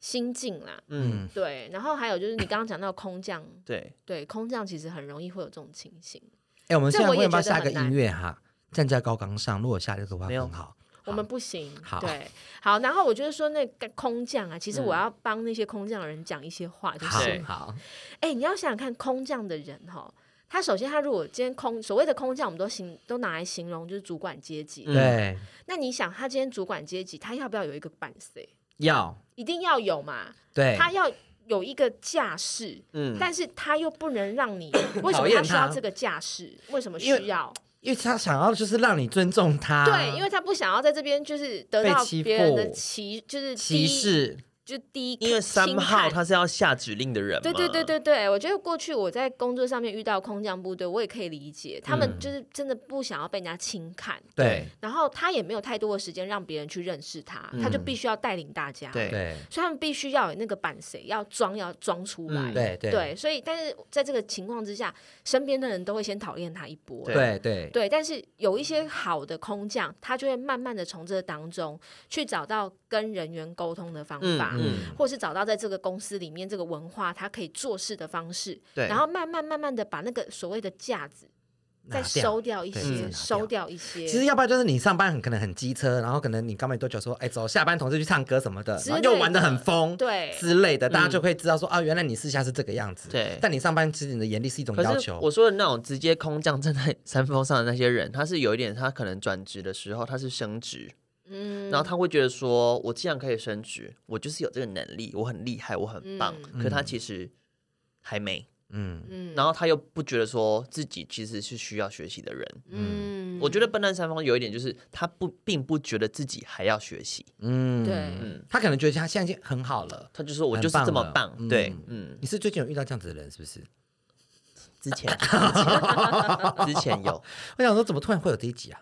[SPEAKER 2] 心境啦。
[SPEAKER 3] 嗯，
[SPEAKER 2] 对，然后还有就是你刚刚讲到空降，
[SPEAKER 3] 对，
[SPEAKER 2] 对空降其实很容易会有这种情形。
[SPEAKER 4] 哎，我们
[SPEAKER 2] 这
[SPEAKER 4] 现在
[SPEAKER 2] 我
[SPEAKER 4] 会
[SPEAKER 2] 也
[SPEAKER 4] 不要
[SPEAKER 2] 觉得
[SPEAKER 4] 下个
[SPEAKER 2] 很
[SPEAKER 4] 音
[SPEAKER 2] 难
[SPEAKER 4] 乐哈？站在高岗上，如果下这个话
[SPEAKER 3] 没有
[SPEAKER 4] 很好，
[SPEAKER 2] 我们不行
[SPEAKER 4] 好，嗯
[SPEAKER 2] 对，好，然后我就是说那个空降啊，其实我要帮那些空降的人讲一些话，就
[SPEAKER 4] 好
[SPEAKER 2] 是，
[SPEAKER 3] 对
[SPEAKER 4] 好，
[SPEAKER 2] 哎、你要想想看，空降的人哈，他首先他如果今天空所谓的空降，我们都形都拿来形容就是主管阶级，
[SPEAKER 3] 嗯
[SPEAKER 4] 对，
[SPEAKER 2] 那你想他今天主管阶级，他要不要有一个版色？
[SPEAKER 4] 要
[SPEAKER 2] 一定要有嘛，
[SPEAKER 4] 对，
[SPEAKER 2] 他要有一个架势。
[SPEAKER 3] 嗯，
[SPEAKER 2] 但是他又不能让你，为什
[SPEAKER 4] 讨
[SPEAKER 2] 么
[SPEAKER 4] 厌
[SPEAKER 2] 他需要
[SPEAKER 4] 他
[SPEAKER 2] 这个架势？为什么需
[SPEAKER 4] 因为
[SPEAKER 2] 要？
[SPEAKER 4] 因为他想要就是让你尊重他，
[SPEAKER 2] 对，因为他不想要在这边就是得
[SPEAKER 4] 被
[SPEAKER 2] 到
[SPEAKER 4] 欺
[SPEAKER 2] 别人的
[SPEAKER 4] 负
[SPEAKER 2] 歧，就是
[SPEAKER 4] 歧
[SPEAKER 2] 低
[SPEAKER 4] 视，
[SPEAKER 2] 就第一，
[SPEAKER 3] 因为三号他是要下指令的人嘛，
[SPEAKER 2] 对对对对对，我觉得过去我在工作上面遇到空降部队，我也可以理解，他
[SPEAKER 3] 嗯
[SPEAKER 2] 们就是真的不想要被人家轻看，
[SPEAKER 4] 对
[SPEAKER 2] 然后他也没有太多的时间让别人去认识他，他就必须要带领大家，
[SPEAKER 3] 嗯对
[SPEAKER 4] 对
[SPEAKER 2] 所以他们必须要有那个版谁要装要装出来。
[SPEAKER 3] 嗯
[SPEAKER 4] 对对
[SPEAKER 2] 对，所以但是在这个情况之下，身边的人都会先讨厌他一波。
[SPEAKER 3] 对
[SPEAKER 4] 对对，
[SPEAKER 2] 对，但是有一些好的空降，他就会慢慢的从这当中去找到跟人员沟通的方
[SPEAKER 3] 嗯
[SPEAKER 2] 法，
[SPEAKER 3] 嗯
[SPEAKER 2] 或是找到在这个公司里面这个文化他可以做事的方式，
[SPEAKER 3] 对，
[SPEAKER 2] 然后慢慢慢慢的把那个所谓的架子再
[SPEAKER 4] 拿掉
[SPEAKER 2] 收掉一
[SPEAKER 4] 对
[SPEAKER 2] 些，
[SPEAKER 4] 嗯
[SPEAKER 2] 收掉一些。
[SPEAKER 4] 其实要不然就是你上班很可能很机车，然后可能你刚没多久说，哎，走，下班同事去唱歌什么的，
[SPEAKER 2] 之
[SPEAKER 4] 然后
[SPEAKER 2] 类
[SPEAKER 4] 又玩的
[SPEAKER 2] 的
[SPEAKER 4] 很疯，
[SPEAKER 2] 对
[SPEAKER 4] 之类的，大家就会知道说，啊，原来你私下是这个样子。
[SPEAKER 3] 对
[SPEAKER 4] 但你上班其实你的严厉是一种要
[SPEAKER 3] 可是
[SPEAKER 4] 求。
[SPEAKER 3] 我说的那种直接空降站在山峰上的那些人，他是有一点，他可能转职的时候他是升职，
[SPEAKER 2] 嗯，
[SPEAKER 3] 然后他会觉得说，我既然可以升职，我就是有这个能力，我很厉害，我很棒。可他其实还没，
[SPEAKER 4] 嗯，
[SPEAKER 2] 嗯
[SPEAKER 3] 然后他又不觉得说自己其实是需要学习的人。
[SPEAKER 2] 嗯
[SPEAKER 3] 我觉得笨蛋三方有一点就是他不并不觉得自己还要学习，
[SPEAKER 4] 嗯，
[SPEAKER 2] 对
[SPEAKER 3] 嗯，
[SPEAKER 4] 他可能觉得他现在已经很好了。
[SPEAKER 3] 他就说我
[SPEAKER 4] 很
[SPEAKER 3] 就是
[SPEAKER 4] 棒
[SPEAKER 3] 这么
[SPEAKER 4] 了
[SPEAKER 3] 棒，
[SPEAKER 4] 嗯
[SPEAKER 3] 对，嗯，
[SPEAKER 4] 你是最近有遇到这样子的人是不是？
[SPEAKER 3] 之前之前之前有，
[SPEAKER 4] 我想说，怎么突然会有这一集啊？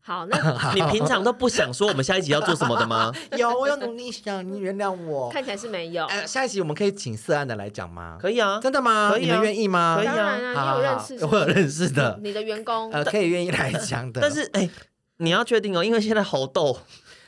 [SPEAKER 2] 好，那
[SPEAKER 3] 你平常都不想说我们下一集要做什么的吗？
[SPEAKER 4] 有，我有努力想，你原谅我。
[SPEAKER 2] 看起来哦是没有，
[SPEAKER 4] 哦哎，下一集我们可以请涉案的来讲吗？
[SPEAKER 3] 可以啊，
[SPEAKER 4] 真的吗？
[SPEAKER 3] 可以啊
[SPEAKER 4] 你们愿意吗？
[SPEAKER 3] 可以
[SPEAKER 2] 当然
[SPEAKER 4] 好
[SPEAKER 2] 啊，你
[SPEAKER 4] 好
[SPEAKER 2] 有认
[SPEAKER 4] 好
[SPEAKER 2] 识
[SPEAKER 4] 我有认识的，
[SPEAKER 2] 你的员工，
[SPEAKER 4] 呃，可以愿意来讲 的。
[SPEAKER 3] 但是哎、你要确定哦，因为现在猴痘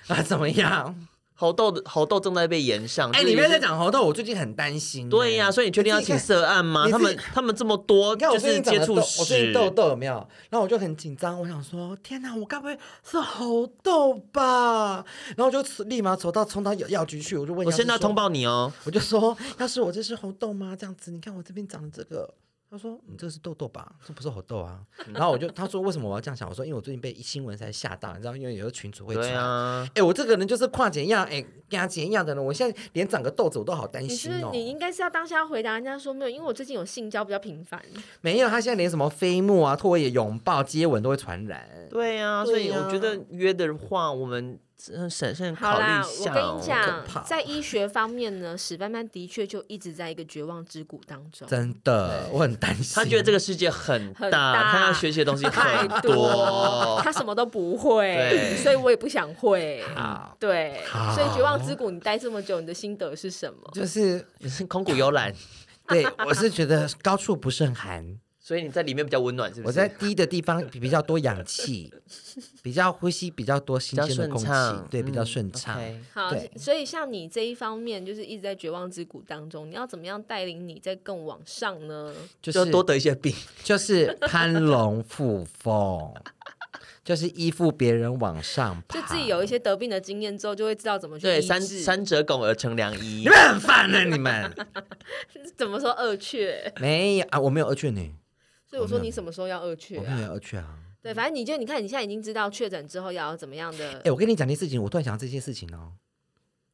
[SPEAKER 4] 啊， 怎么样？
[SPEAKER 3] 猴痘的猴痘正在被延上，
[SPEAKER 4] 哎，
[SPEAKER 3] 就是
[SPEAKER 4] 你不
[SPEAKER 3] 有
[SPEAKER 4] 要
[SPEAKER 3] 些
[SPEAKER 4] 再讲猴痘，我最近很担心欸。
[SPEAKER 3] 对呀、所以你确定要请涉案吗？
[SPEAKER 4] 你
[SPEAKER 3] 他
[SPEAKER 4] 自己
[SPEAKER 3] 们他们这么多，
[SPEAKER 4] 你看我
[SPEAKER 3] 就是
[SPEAKER 4] 最近长
[SPEAKER 3] 接
[SPEAKER 4] 得
[SPEAKER 3] 触
[SPEAKER 4] 痘，我最
[SPEAKER 3] 史
[SPEAKER 4] 近，痘痘有没有？然后我就很紧张，我想说，天哪，我该不会是猴痘吧？然后我就立马走到冲到药药局去，我就问，
[SPEAKER 3] 我现在通，报你哦。
[SPEAKER 4] 我就说，要是我这是猴痘吗？这样子，你看我这边长的这个。他说：“你这是痘痘吧？这不是猴痘 啊。”然后我就他说：“为什么我要这样想？”我说：“因为我最近被新闻才吓到，你知道，因为有的群主会传。
[SPEAKER 3] 对啊，
[SPEAKER 4] 哎、我这个人就是跨界一样，哎、跟他姐一样的人，我现在连长个痘子我都好担
[SPEAKER 2] 你是不
[SPEAKER 4] 心
[SPEAKER 2] 是
[SPEAKER 4] 哦。
[SPEAKER 2] 你应该是要当下回答人家说没有，因为我最近有性交比较频繁。
[SPEAKER 4] 没有，他现在连什么飞沫啊、唾液、拥抱、接吻都会传染。
[SPEAKER 3] 对呀、所
[SPEAKER 4] 对啊
[SPEAKER 3] 以
[SPEAKER 4] 呀
[SPEAKER 3] 我觉得约的话，我们真的审慎考
[SPEAKER 2] 好
[SPEAKER 3] 虑
[SPEAKER 2] 啦
[SPEAKER 3] 一，
[SPEAKER 2] 我
[SPEAKER 3] 下、
[SPEAKER 2] 跟
[SPEAKER 3] 哦。
[SPEAKER 2] 你
[SPEAKER 4] 可怕
[SPEAKER 2] 讲，在医学方面呢，史班班的确就一直在一个绝望之谷当中。
[SPEAKER 4] 真的，我很担心。
[SPEAKER 3] 他觉得这个世界很大，
[SPEAKER 2] 很大
[SPEAKER 3] 他要学习的东西
[SPEAKER 2] 太
[SPEAKER 3] 很多。
[SPEAKER 2] 他什么都不
[SPEAKER 3] 对
[SPEAKER 2] 会，所以我也不想会。
[SPEAKER 4] 好，
[SPEAKER 2] 对
[SPEAKER 4] 好，
[SPEAKER 2] 所以绝望之谷，你待这么久，你的心得是什么？
[SPEAKER 4] 就是
[SPEAKER 3] 你是空谷游览，
[SPEAKER 4] 对我是觉得高处不 胜寒，
[SPEAKER 3] 所以你在里面比较温暖，是不是？
[SPEAKER 4] 我在低的地方比比较多 氧气，比较呼吸比较多新
[SPEAKER 3] 比较
[SPEAKER 4] 鲜的
[SPEAKER 3] 顺
[SPEAKER 4] 空气
[SPEAKER 3] 畅，，
[SPEAKER 4] 对，比较
[SPEAKER 3] 嗯
[SPEAKER 4] 顺畅。
[SPEAKER 3] OK
[SPEAKER 2] 好
[SPEAKER 4] 对，
[SPEAKER 2] 所以像你这一方面，就是一直在绝望之谷当中，你要怎么样带领你再更往上呢？
[SPEAKER 4] 就
[SPEAKER 3] 就是多得一些病。
[SPEAKER 4] 就是攀龙附凤，就是依附别人往上爬，
[SPEAKER 2] 就自己有一些得病的经验之后，就会知道怎么去
[SPEAKER 3] 对，
[SPEAKER 2] 医
[SPEAKER 3] 三
[SPEAKER 2] 治
[SPEAKER 3] 三折肱而成良医
[SPEAKER 4] 你。们很烦呢、你们
[SPEAKER 2] 怎么说恶趣？
[SPEAKER 4] 没有啊？我没有恶趣呢，
[SPEAKER 2] 所以我说你什么时候要恶趣
[SPEAKER 4] 我
[SPEAKER 2] 啊？
[SPEAKER 4] 没有恶趣啊。
[SPEAKER 2] 对，反正你就你看，你现在已经知道确诊之后要怎么样的
[SPEAKER 4] 哎、，我跟你讲件事情，我突然想到这件事情哦。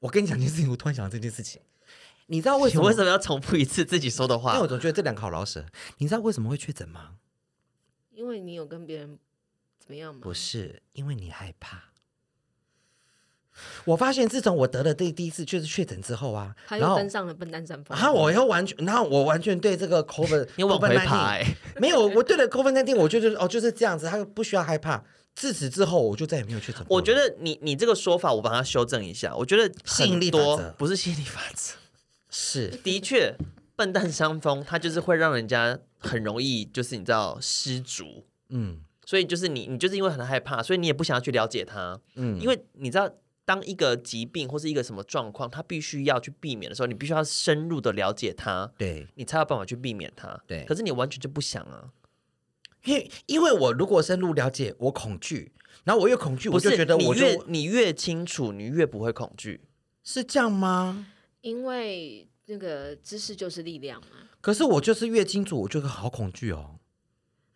[SPEAKER 4] 我跟你讲件事情，我突然想到这件事情，你知道为
[SPEAKER 3] 你
[SPEAKER 4] 什么？
[SPEAKER 3] 为什么要重复一次自己说的
[SPEAKER 4] 因为
[SPEAKER 3] 话
[SPEAKER 4] 我？总觉得这两个好老舍，你知道为什么会确诊吗？
[SPEAKER 2] 因为你有跟别人怎么样吗？
[SPEAKER 4] 不是，因为你害怕。我发现自从我得了第第一次就是确诊之后啊，
[SPEAKER 2] 他
[SPEAKER 4] 然
[SPEAKER 2] 又
[SPEAKER 4] 后
[SPEAKER 2] 登上了笨蛋山峰。
[SPEAKER 4] 然后我又完全，然后我完全对这个 COVID
[SPEAKER 3] 哦 你往回
[SPEAKER 4] COVID-19
[SPEAKER 3] 爬欸
[SPEAKER 4] 没有，我对了 COVID 1 9我就就是哦就是这样子，他不需要害怕。自此之后，我就再也没有确诊过了。
[SPEAKER 3] 我觉得你你这个说法，我把它修正一下。我觉得
[SPEAKER 4] 吸引力
[SPEAKER 3] 很
[SPEAKER 4] 法
[SPEAKER 3] 多
[SPEAKER 4] 则
[SPEAKER 3] 不是吸引力法则，
[SPEAKER 4] 是
[SPEAKER 3] 的确，笨蛋伤风，它就是会让人家很容易，就是你知道失足。
[SPEAKER 4] 嗯
[SPEAKER 3] 所以就是你，你就是因为很害怕，所以你也不想要去了解它，
[SPEAKER 4] 嗯，
[SPEAKER 3] 因为你知道，当一个疾病或是一个什么状况，它必须要去避免的时候，你必须要深入的了解它，
[SPEAKER 4] 对，
[SPEAKER 3] 你才有办法去避免它。
[SPEAKER 4] 对
[SPEAKER 3] 可是你完全就不想啊，
[SPEAKER 4] 因为因为我如果深入了解，我恐惧，然后我越恐惧，
[SPEAKER 3] 不
[SPEAKER 4] 我
[SPEAKER 3] 是
[SPEAKER 4] 就觉得
[SPEAKER 3] 你
[SPEAKER 4] 我就
[SPEAKER 3] 越你越清楚，你越不会恐惧。
[SPEAKER 4] 是这样吗？
[SPEAKER 2] 因为那个知识就是力量嘛，
[SPEAKER 4] 可是我就是越清楚，我就好恐惧哦。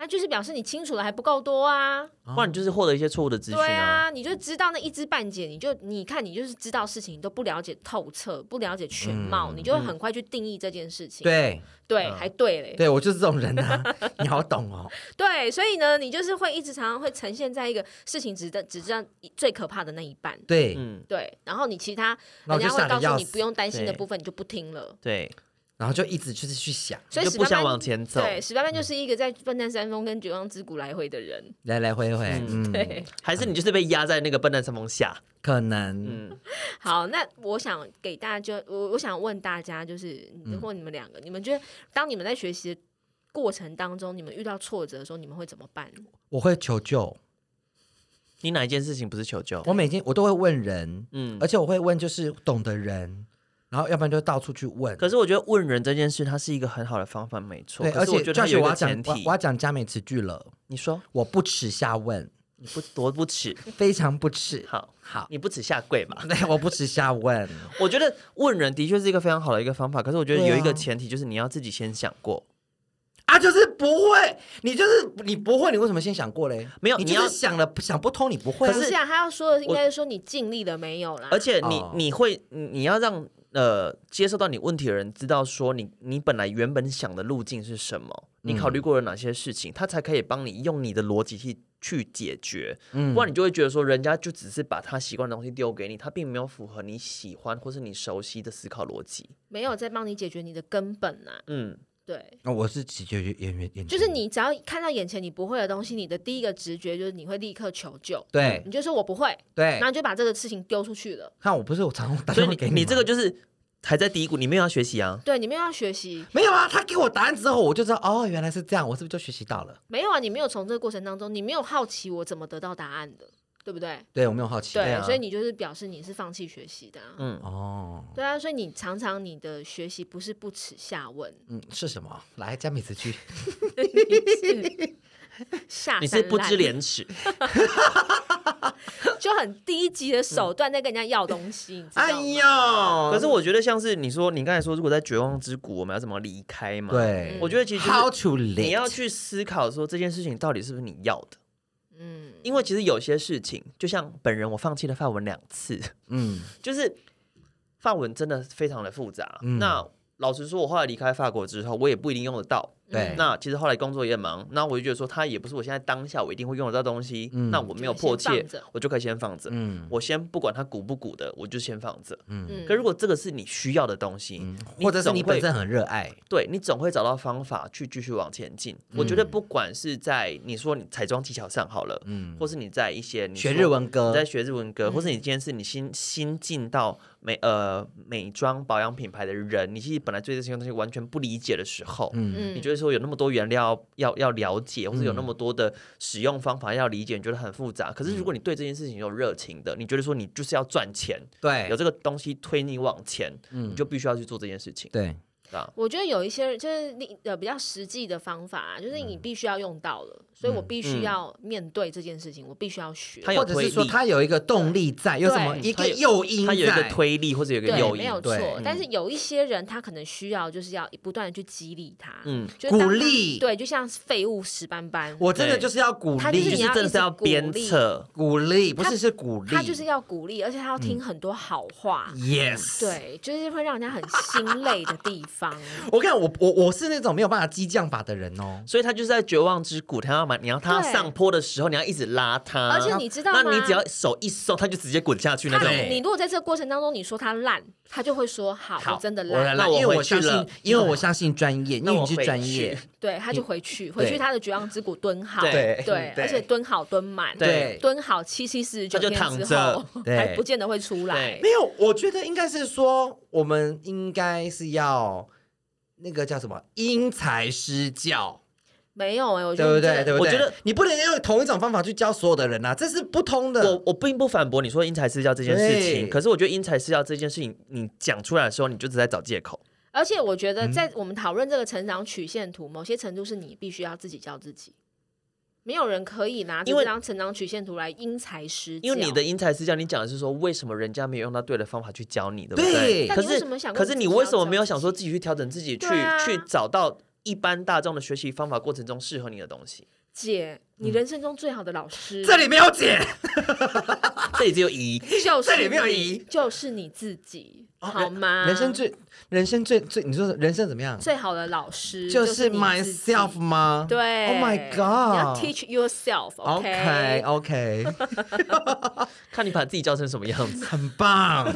[SPEAKER 2] 那就是表示你清楚的还不够多啊。
[SPEAKER 3] 不然你就是获得一些错误的资讯
[SPEAKER 2] 对
[SPEAKER 3] 啊。
[SPEAKER 2] 啊，你就知道那一知半解，你就你看你就是知道事情，你都不了解透彻，不了解全
[SPEAKER 3] 嗯
[SPEAKER 2] 貌，你就会很快去定义这件事情。
[SPEAKER 4] 对
[SPEAKER 2] 对还对嘞，
[SPEAKER 4] 对，我就是这种人啊， 你好懂哦。
[SPEAKER 2] 对，所以呢，你就是会一直常常会呈现在一个事情只的只知道最可怕的那一半。
[SPEAKER 4] 对，
[SPEAKER 3] 嗯，
[SPEAKER 2] 对，然后你其他
[SPEAKER 4] 那
[SPEAKER 2] 人家
[SPEAKER 4] 我就吓
[SPEAKER 2] 会
[SPEAKER 4] 得
[SPEAKER 2] 告
[SPEAKER 4] 要
[SPEAKER 2] 诉你
[SPEAKER 4] 死
[SPEAKER 2] 不用担心的
[SPEAKER 3] 对
[SPEAKER 2] 部分，你就不听了。
[SPEAKER 3] 对，
[SPEAKER 4] 然后就一直就是去想，
[SPEAKER 2] 所以
[SPEAKER 3] 你
[SPEAKER 2] 史
[SPEAKER 3] 就不
[SPEAKER 2] 班
[SPEAKER 3] 想
[SPEAKER 2] 班
[SPEAKER 3] 往前走。
[SPEAKER 2] 对，史班班就是一个在笨蛋山峰跟绝望之谷来回的人。
[SPEAKER 4] 来来回回，嗯，
[SPEAKER 2] 对，
[SPEAKER 3] 还是你就是被压在那个笨蛋山峰下，
[SPEAKER 4] 可能
[SPEAKER 3] 嗯，
[SPEAKER 2] 好，那我想给大家就我我想问大家，就是你
[SPEAKER 4] 嗯
[SPEAKER 2] 或你们两个，你们觉得当你们在学习的过程当中，你们遇到挫折的时候，你们会怎么办？
[SPEAKER 4] 我会求救，
[SPEAKER 3] 你哪一件事情不是求救？
[SPEAKER 4] 我每天我都会问人，
[SPEAKER 3] 嗯
[SPEAKER 4] 而且我会问就是懂的人，然后要不然就到处去问。
[SPEAKER 3] 可是我觉得问人这件事，它是一个很好的方法，没错。
[SPEAKER 4] 对，
[SPEAKER 3] 可
[SPEAKER 4] 而
[SPEAKER 3] 是我
[SPEAKER 4] 且
[SPEAKER 3] 觉得它
[SPEAKER 4] 教学
[SPEAKER 3] 有一
[SPEAKER 4] 我要
[SPEAKER 3] 个
[SPEAKER 4] 讲
[SPEAKER 3] 前
[SPEAKER 4] 我
[SPEAKER 3] 提
[SPEAKER 4] 我，要讲加美词句了，
[SPEAKER 3] 你说
[SPEAKER 4] 我不耻 下问，
[SPEAKER 3] 你不多不 耻，
[SPEAKER 4] 非常不耻。
[SPEAKER 3] 好，
[SPEAKER 4] 好，
[SPEAKER 3] 你不耻下跪嘛？
[SPEAKER 4] 对，我不耻下问，
[SPEAKER 3] 我觉得问人的确是一个非常好的一个方法，可是我觉得
[SPEAKER 4] 对啊
[SPEAKER 3] 有一个前提就是你要自己先想过，
[SPEAKER 4] 啊，就是不会，你就是你不会，你为什么先想过嘞？
[SPEAKER 3] 没有
[SPEAKER 4] 你
[SPEAKER 3] 你
[SPEAKER 4] 就是
[SPEAKER 3] 要
[SPEAKER 4] 想了想不通，你不会啊。
[SPEAKER 3] 可
[SPEAKER 2] 不
[SPEAKER 3] 是
[SPEAKER 2] 是啊，他要说的应
[SPEAKER 3] 我
[SPEAKER 2] 该是说你尽力了没有啦。
[SPEAKER 3] 而且你、
[SPEAKER 4] 哦
[SPEAKER 3] 你会你你要让呃接受到你问题的人知道说你你本来原本想的路径是什么，你考虑
[SPEAKER 4] 嗯
[SPEAKER 3] 过了哪些事情，他才可以帮你用你的逻辑去去解决，
[SPEAKER 4] 嗯
[SPEAKER 3] 不然你就会觉得说人家就只是把他习惯的东西丢给你，他并没有符合你喜欢或是你熟悉的思考逻辑，
[SPEAKER 2] 没有在帮你解决你的根本啊。
[SPEAKER 3] 嗯，
[SPEAKER 2] 对，
[SPEAKER 4] 哦我是直接演员演，
[SPEAKER 2] 就是你只要看到眼前你不会的东西，你的第一个直觉就是你会立刻求救，
[SPEAKER 3] 嗯
[SPEAKER 4] 对
[SPEAKER 2] 你就说我不会，
[SPEAKER 4] 对
[SPEAKER 2] 然后，你就把这个事情丢出去了。
[SPEAKER 4] 看我不是我常常打
[SPEAKER 3] 所
[SPEAKER 4] 电
[SPEAKER 3] 以
[SPEAKER 4] 话
[SPEAKER 3] 你
[SPEAKER 4] 给
[SPEAKER 3] 你
[SPEAKER 4] 吗
[SPEAKER 3] 这个就是还在低谷，你没有要学习啊，
[SPEAKER 2] 对，你没有要学习，
[SPEAKER 4] 没有啊？他给我答案之后，我就知道哦，原来是这样，我是不是就学习到了？
[SPEAKER 2] 没有啊，你没有从这个过程当中，你没有好奇我怎么得到答案的，对不对？
[SPEAKER 4] 对我没有好奇，
[SPEAKER 2] 对，
[SPEAKER 3] 啊
[SPEAKER 2] 所以你就是表示你是放弃学习的、啊。
[SPEAKER 3] 嗯。
[SPEAKER 4] 哦，
[SPEAKER 2] 对啊，所以你常常你的学习不是不耻下 问，
[SPEAKER 4] 嗯，是什么？来加美词句，
[SPEAKER 2] 下
[SPEAKER 3] 你
[SPEAKER 2] 三
[SPEAKER 3] 是不
[SPEAKER 2] 滥
[SPEAKER 3] 知廉 耻，
[SPEAKER 2] 就很低级的
[SPEAKER 3] 嗯
[SPEAKER 2] 手段在跟人家要东西，你知道吗
[SPEAKER 4] 哎 呦，
[SPEAKER 3] 可是我觉得像是你说，你刚才说，如果在绝望之谷，我们要怎么离开嘛？，
[SPEAKER 4] 对，
[SPEAKER 3] 我觉得其实就是
[SPEAKER 4] how to live，
[SPEAKER 3] 你要去思考说这件事情到底是不是你要的，
[SPEAKER 2] 嗯，
[SPEAKER 3] 因为其实有些事情，就像本人我放弃了范文两次，
[SPEAKER 4] 嗯
[SPEAKER 3] 就是范文真的非常的复杂。
[SPEAKER 4] 嗯
[SPEAKER 3] 那老实说，我后来离开法国之后，我也不一定用得到。
[SPEAKER 4] 对，
[SPEAKER 3] 嗯那其实后来工作也忙，那我就觉得说，它也不是我现在当下我一定会用得到东西，
[SPEAKER 4] 嗯
[SPEAKER 3] 那我没有迫
[SPEAKER 2] 就可以
[SPEAKER 3] 切
[SPEAKER 2] 先放着，
[SPEAKER 3] 我就可以先放着。
[SPEAKER 4] 嗯
[SPEAKER 3] 我先不管它鼓不鼓的，我就先放着。
[SPEAKER 2] 嗯
[SPEAKER 3] 可如果这个是你需要的东西，
[SPEAKER 4] 嗯或者是你
[SPEAKER 3] 总会
[SPEAKER 4] 本身很热爱，
[SPEAKER 3] 对你总会找到方法去继续往前进。我觉得不管是在你说你彩妆技巧上好了，
[SPEAKER 4] 嗯，
[SPEAKER 3] 或是你在一些你
[SPEAKER 4] 学
[SPEAKER 3] 说
[SPEAKER 4] 日文
[SPEAKER 3] 你
[SPEAKER 4] 歌嗯
[SPEAKER 3] 在，学日文歌，或是你今天是你新新进到美呃美妆保养品牌的人，你其实本来对这些东西完全不理解的时候。
[SPEAKER 4] 嗯
[SPEAKER 2] 嗯，
[SPEAKER 3] 你觉得说有那么多原料要要了解，或是有那么多的使用方法要理解，你觉得很复杂。可是如
[SPEAKER 4] 嗯
[SPEAKER 3] 果你对这件事情有热情的，你觉得说你就是要赚钱，有
[SPEAKER 4] 对，
[SPEAKER 3] 这个东西推你往前，
[SPEAKER 4] 哎嗯
[SPEAKER 3] 你就必须要去做这件事情，
[SPEAKER 4] 对，
[SPEAKER 3] 对吧？
[SPEAKER 2] 我觉得有一些就是你呃比较实际的方法、啊，就是
[SPEAKER 3] 嗯
[SPEAKER 2] 你必须要用到了，所以我必须要面对这件事情，我必须要学。
[SPEAKER 3] 它有
[SPEAKER 4] 或者
[SPEAKER 3] 推
[SPEAKER 4] 是说
[SPEAKER 3] 力
[SPEAKER 4] 它有一个动力在，有什么
[SPEAKER 2] 对
[SPEAKER 4] 一
[SPEAKER 3] 它
[SPEAKER 4] 个
[SPEAKER 3] 有
[SPEAKER 4] 诱因
[SPEAKER 3] 它有一个
[SPEAKER 4] 在，
[SPEAKER 3] 推力或者有一个
[SPEAKER 2] 对，
[SPEAKER 3] 诱
[SPEAKER 2] 没
[SPEAKER 3] 因，
[SPEAKER 2] 有错
[SPEAKER 4] 对。
[SPEAKER 2] 但是有一些人，他可能需要就是要不断的去激励他，
[SPEAKER 3] 嗯
[SPEAKER 2] 就是当他
[SPEAKER 4] 鼓励
[SPEAKER 2] 对，就像废物石斑斑，
[SPEAKER 4] 我真的
[SPEAKER 3] 对
[SPEAKER 4] 就是要鼓
[SPEAKER 2] 它
[SPEAKER 3] 你
[SPEAKER 2] 就是
[SPEAKER 3] 就
[SPEAKER 2] 你
[SPEAKER 4] 励，
[SPEAKER 3] 是
[SPEAKER 2] 要
[SPEAKER 3] 真的
[SPEAKER 2] 一
[SPEAKER 3] 是
[SPEAKER 2] 直
[SPEAKER 3] 要
[SPEAKER 2] 鼓
[SPEAKER 3] 鞭
[SPEAKER 2] 励
[SPEAKER 3] 策，
[SPEAKER 4] 鼓励，不
[SPEAKER 2] 它
[SPEAKER 4] 是是鼓励，嗯
[SPEAKER 2] 他就是要鼓励，而且他要听很多好话，
[SPEAKER 4] yes，
[SPEAKER 2] 对，就是会让人家很心累的地方。
[SPEAKER 4] 我看我我我是那种没有办法激将法的人哦。
[SPEAKER 3] 所以他就是在绝望之谷，他要买，你要他
[SPEAKER 2] 对
[SPEAKER 3] 上坡的时候，你要一直拉他，
[SPEAKER 2] 而且你知道吗
[SPEAKER 3] 那你只要手一松，他就直接滚下去那
[SPEAKER 2] 他
[SPEAKER 3] 种。
[SPEAKER 4] 对
[SPEAKER 2] 你如果在这个过程当中你说他烂，他就会说好，
[SPEAKER 3] 好
[SPEAKER 2] 我真的
[SPEAKER 4] 我来
[SPEAKER 2] 烂，
[SPEAKER 3] 那
[SPEAKER 4] 了，
[SPEAKER 3] 我
[SPEAKER 4] 因为我
[SPEAKER 3] 回去
[SPEAKER 4] 相信
[SPEAKER 3] 了，嗯
[SPEAKER 4] 因为我相信专业，因
[SPEAKER 3] 那
[SPEAKER 4] 为
[SPEAKER 3] 我
[SPEAKER 4] 你是
[SPEAKER 3] 回
[SPEAKER 4] 专
[SPEAKER 3] 去
[SPEAKER 4] 业，
[SPEAKER 2] 对，他就回去，回去
[SPEAKER 4] 对
[SPEAKER 2] 他的绝望之谷蹲好，
[SPEAKER 3] 对
[SPEAKER 2] 对，
[SPEAKER 3] 对
[SPEAKER 2] 而且蹲好蹲满，
[SPEAKER 3] 对
[SPEAKER 2] 蹲好七七四十九
[SPEAKER 3] 他就
[SPEAKER 2] 天
[SPEAKER 3] 躺
[SPEAKER 2] 之
[SPEAKER 3] 着
[SPEAKER 2] 后，
[SPEAKER 4] 对
[SPEAKER 2] 还不见得会出来
[SPEAKER 3] 对。
[SPEAKER 4] 没有，我觉得应该是说，我们应该是要那个叫什么因材施教，
[SPEAKER 2] 没有哎，我觉
[SPEAKER 4] 对不
[SPEAKER 2] 得
[SPEAKER 4] 对？
[SPEAKER 2] 这
[SPEAKER 4] 对
[SPEAKER 2] 个
[SPEAKER 4] 不对？
[SPEAKER 3] 我觉得
[SPEAKER 4] 你不能用同一种方法去教所有的人啊，这是不通的
[SPEAKER 3] 我。我并不反驳你说因材施教这件事
[SPEAKER 4] 对
[SPEAKER 3] 情，可是我觉得因材施教这件事情，你讲出来的时候，你就只在找借口。
[SPEAKER 2] 而且我觉得
[SPEAKER 4] 嗯
[SPEAKER 2] 在我们讨论这个成长曲线图，某些程度是你必须要自己教自己。没有人可以拿着
[SPEAKER 3] 因为
[SPEAKER 2] 这张成长曲线图来因材施教，
[SPEAKER 3] 因为你的因材施教，你讲的是说为什么人家没有用到对的方法去教你，对不
[SPEAKER 4] 对
[SPEAKER 3] 可
[SPEAKER 2] 但你为什么
[SPEAKER 3] 是
[SPEAKER 2] 想
[SPEAKER 3] 可是你
[SPEAKER 2] 过
[SPEAKER 3] 为
[SPEAKER 2] 自己要
[SPEAKER 3] 什么没有
[SPEAKER 2] 这样
[SPEAKER 3] 想说自己去调整自己，去
[SPEAKER 2] 对啊
[SPEAKER 3] 去找到一般大众的学习方法过程中适合你的东西？
[SPEAKER 2] 姐，你人生中最好的老师，
[SPEAKER 4] 嗯这里没有 解，
[SPEAKER 3] 这里只有一，
[SPEAKER 2] 就是
[SPEAKER 4] 这里没有
[SPEAKER 2] 你
[SPEAKER 4] 疑哦
[SPEAKER 2] 就是你自己，好吗？
[SPEAKER 4] 人生最人生最最，你说人生怎么样？
[SPEAKER 2] 最好的老师
[SPEAKER 4] 就是是
[SPEAKER 2] 你自己
[SPEAKER 4] myself 吗？
[SPEAKER 2] 对
[SPEAKER 4] ，Oh my
[SPEAKER 2] 你要
[SPEAKER 4] God。
[SPEAKER 2] teach yourself，OK？
[SPEAKER 4] OK OK，
[SPEAKER 3] 看你把自己教成什么样 子。
[SPEAKER 4] 很棒。
[SPEAKER 2] 然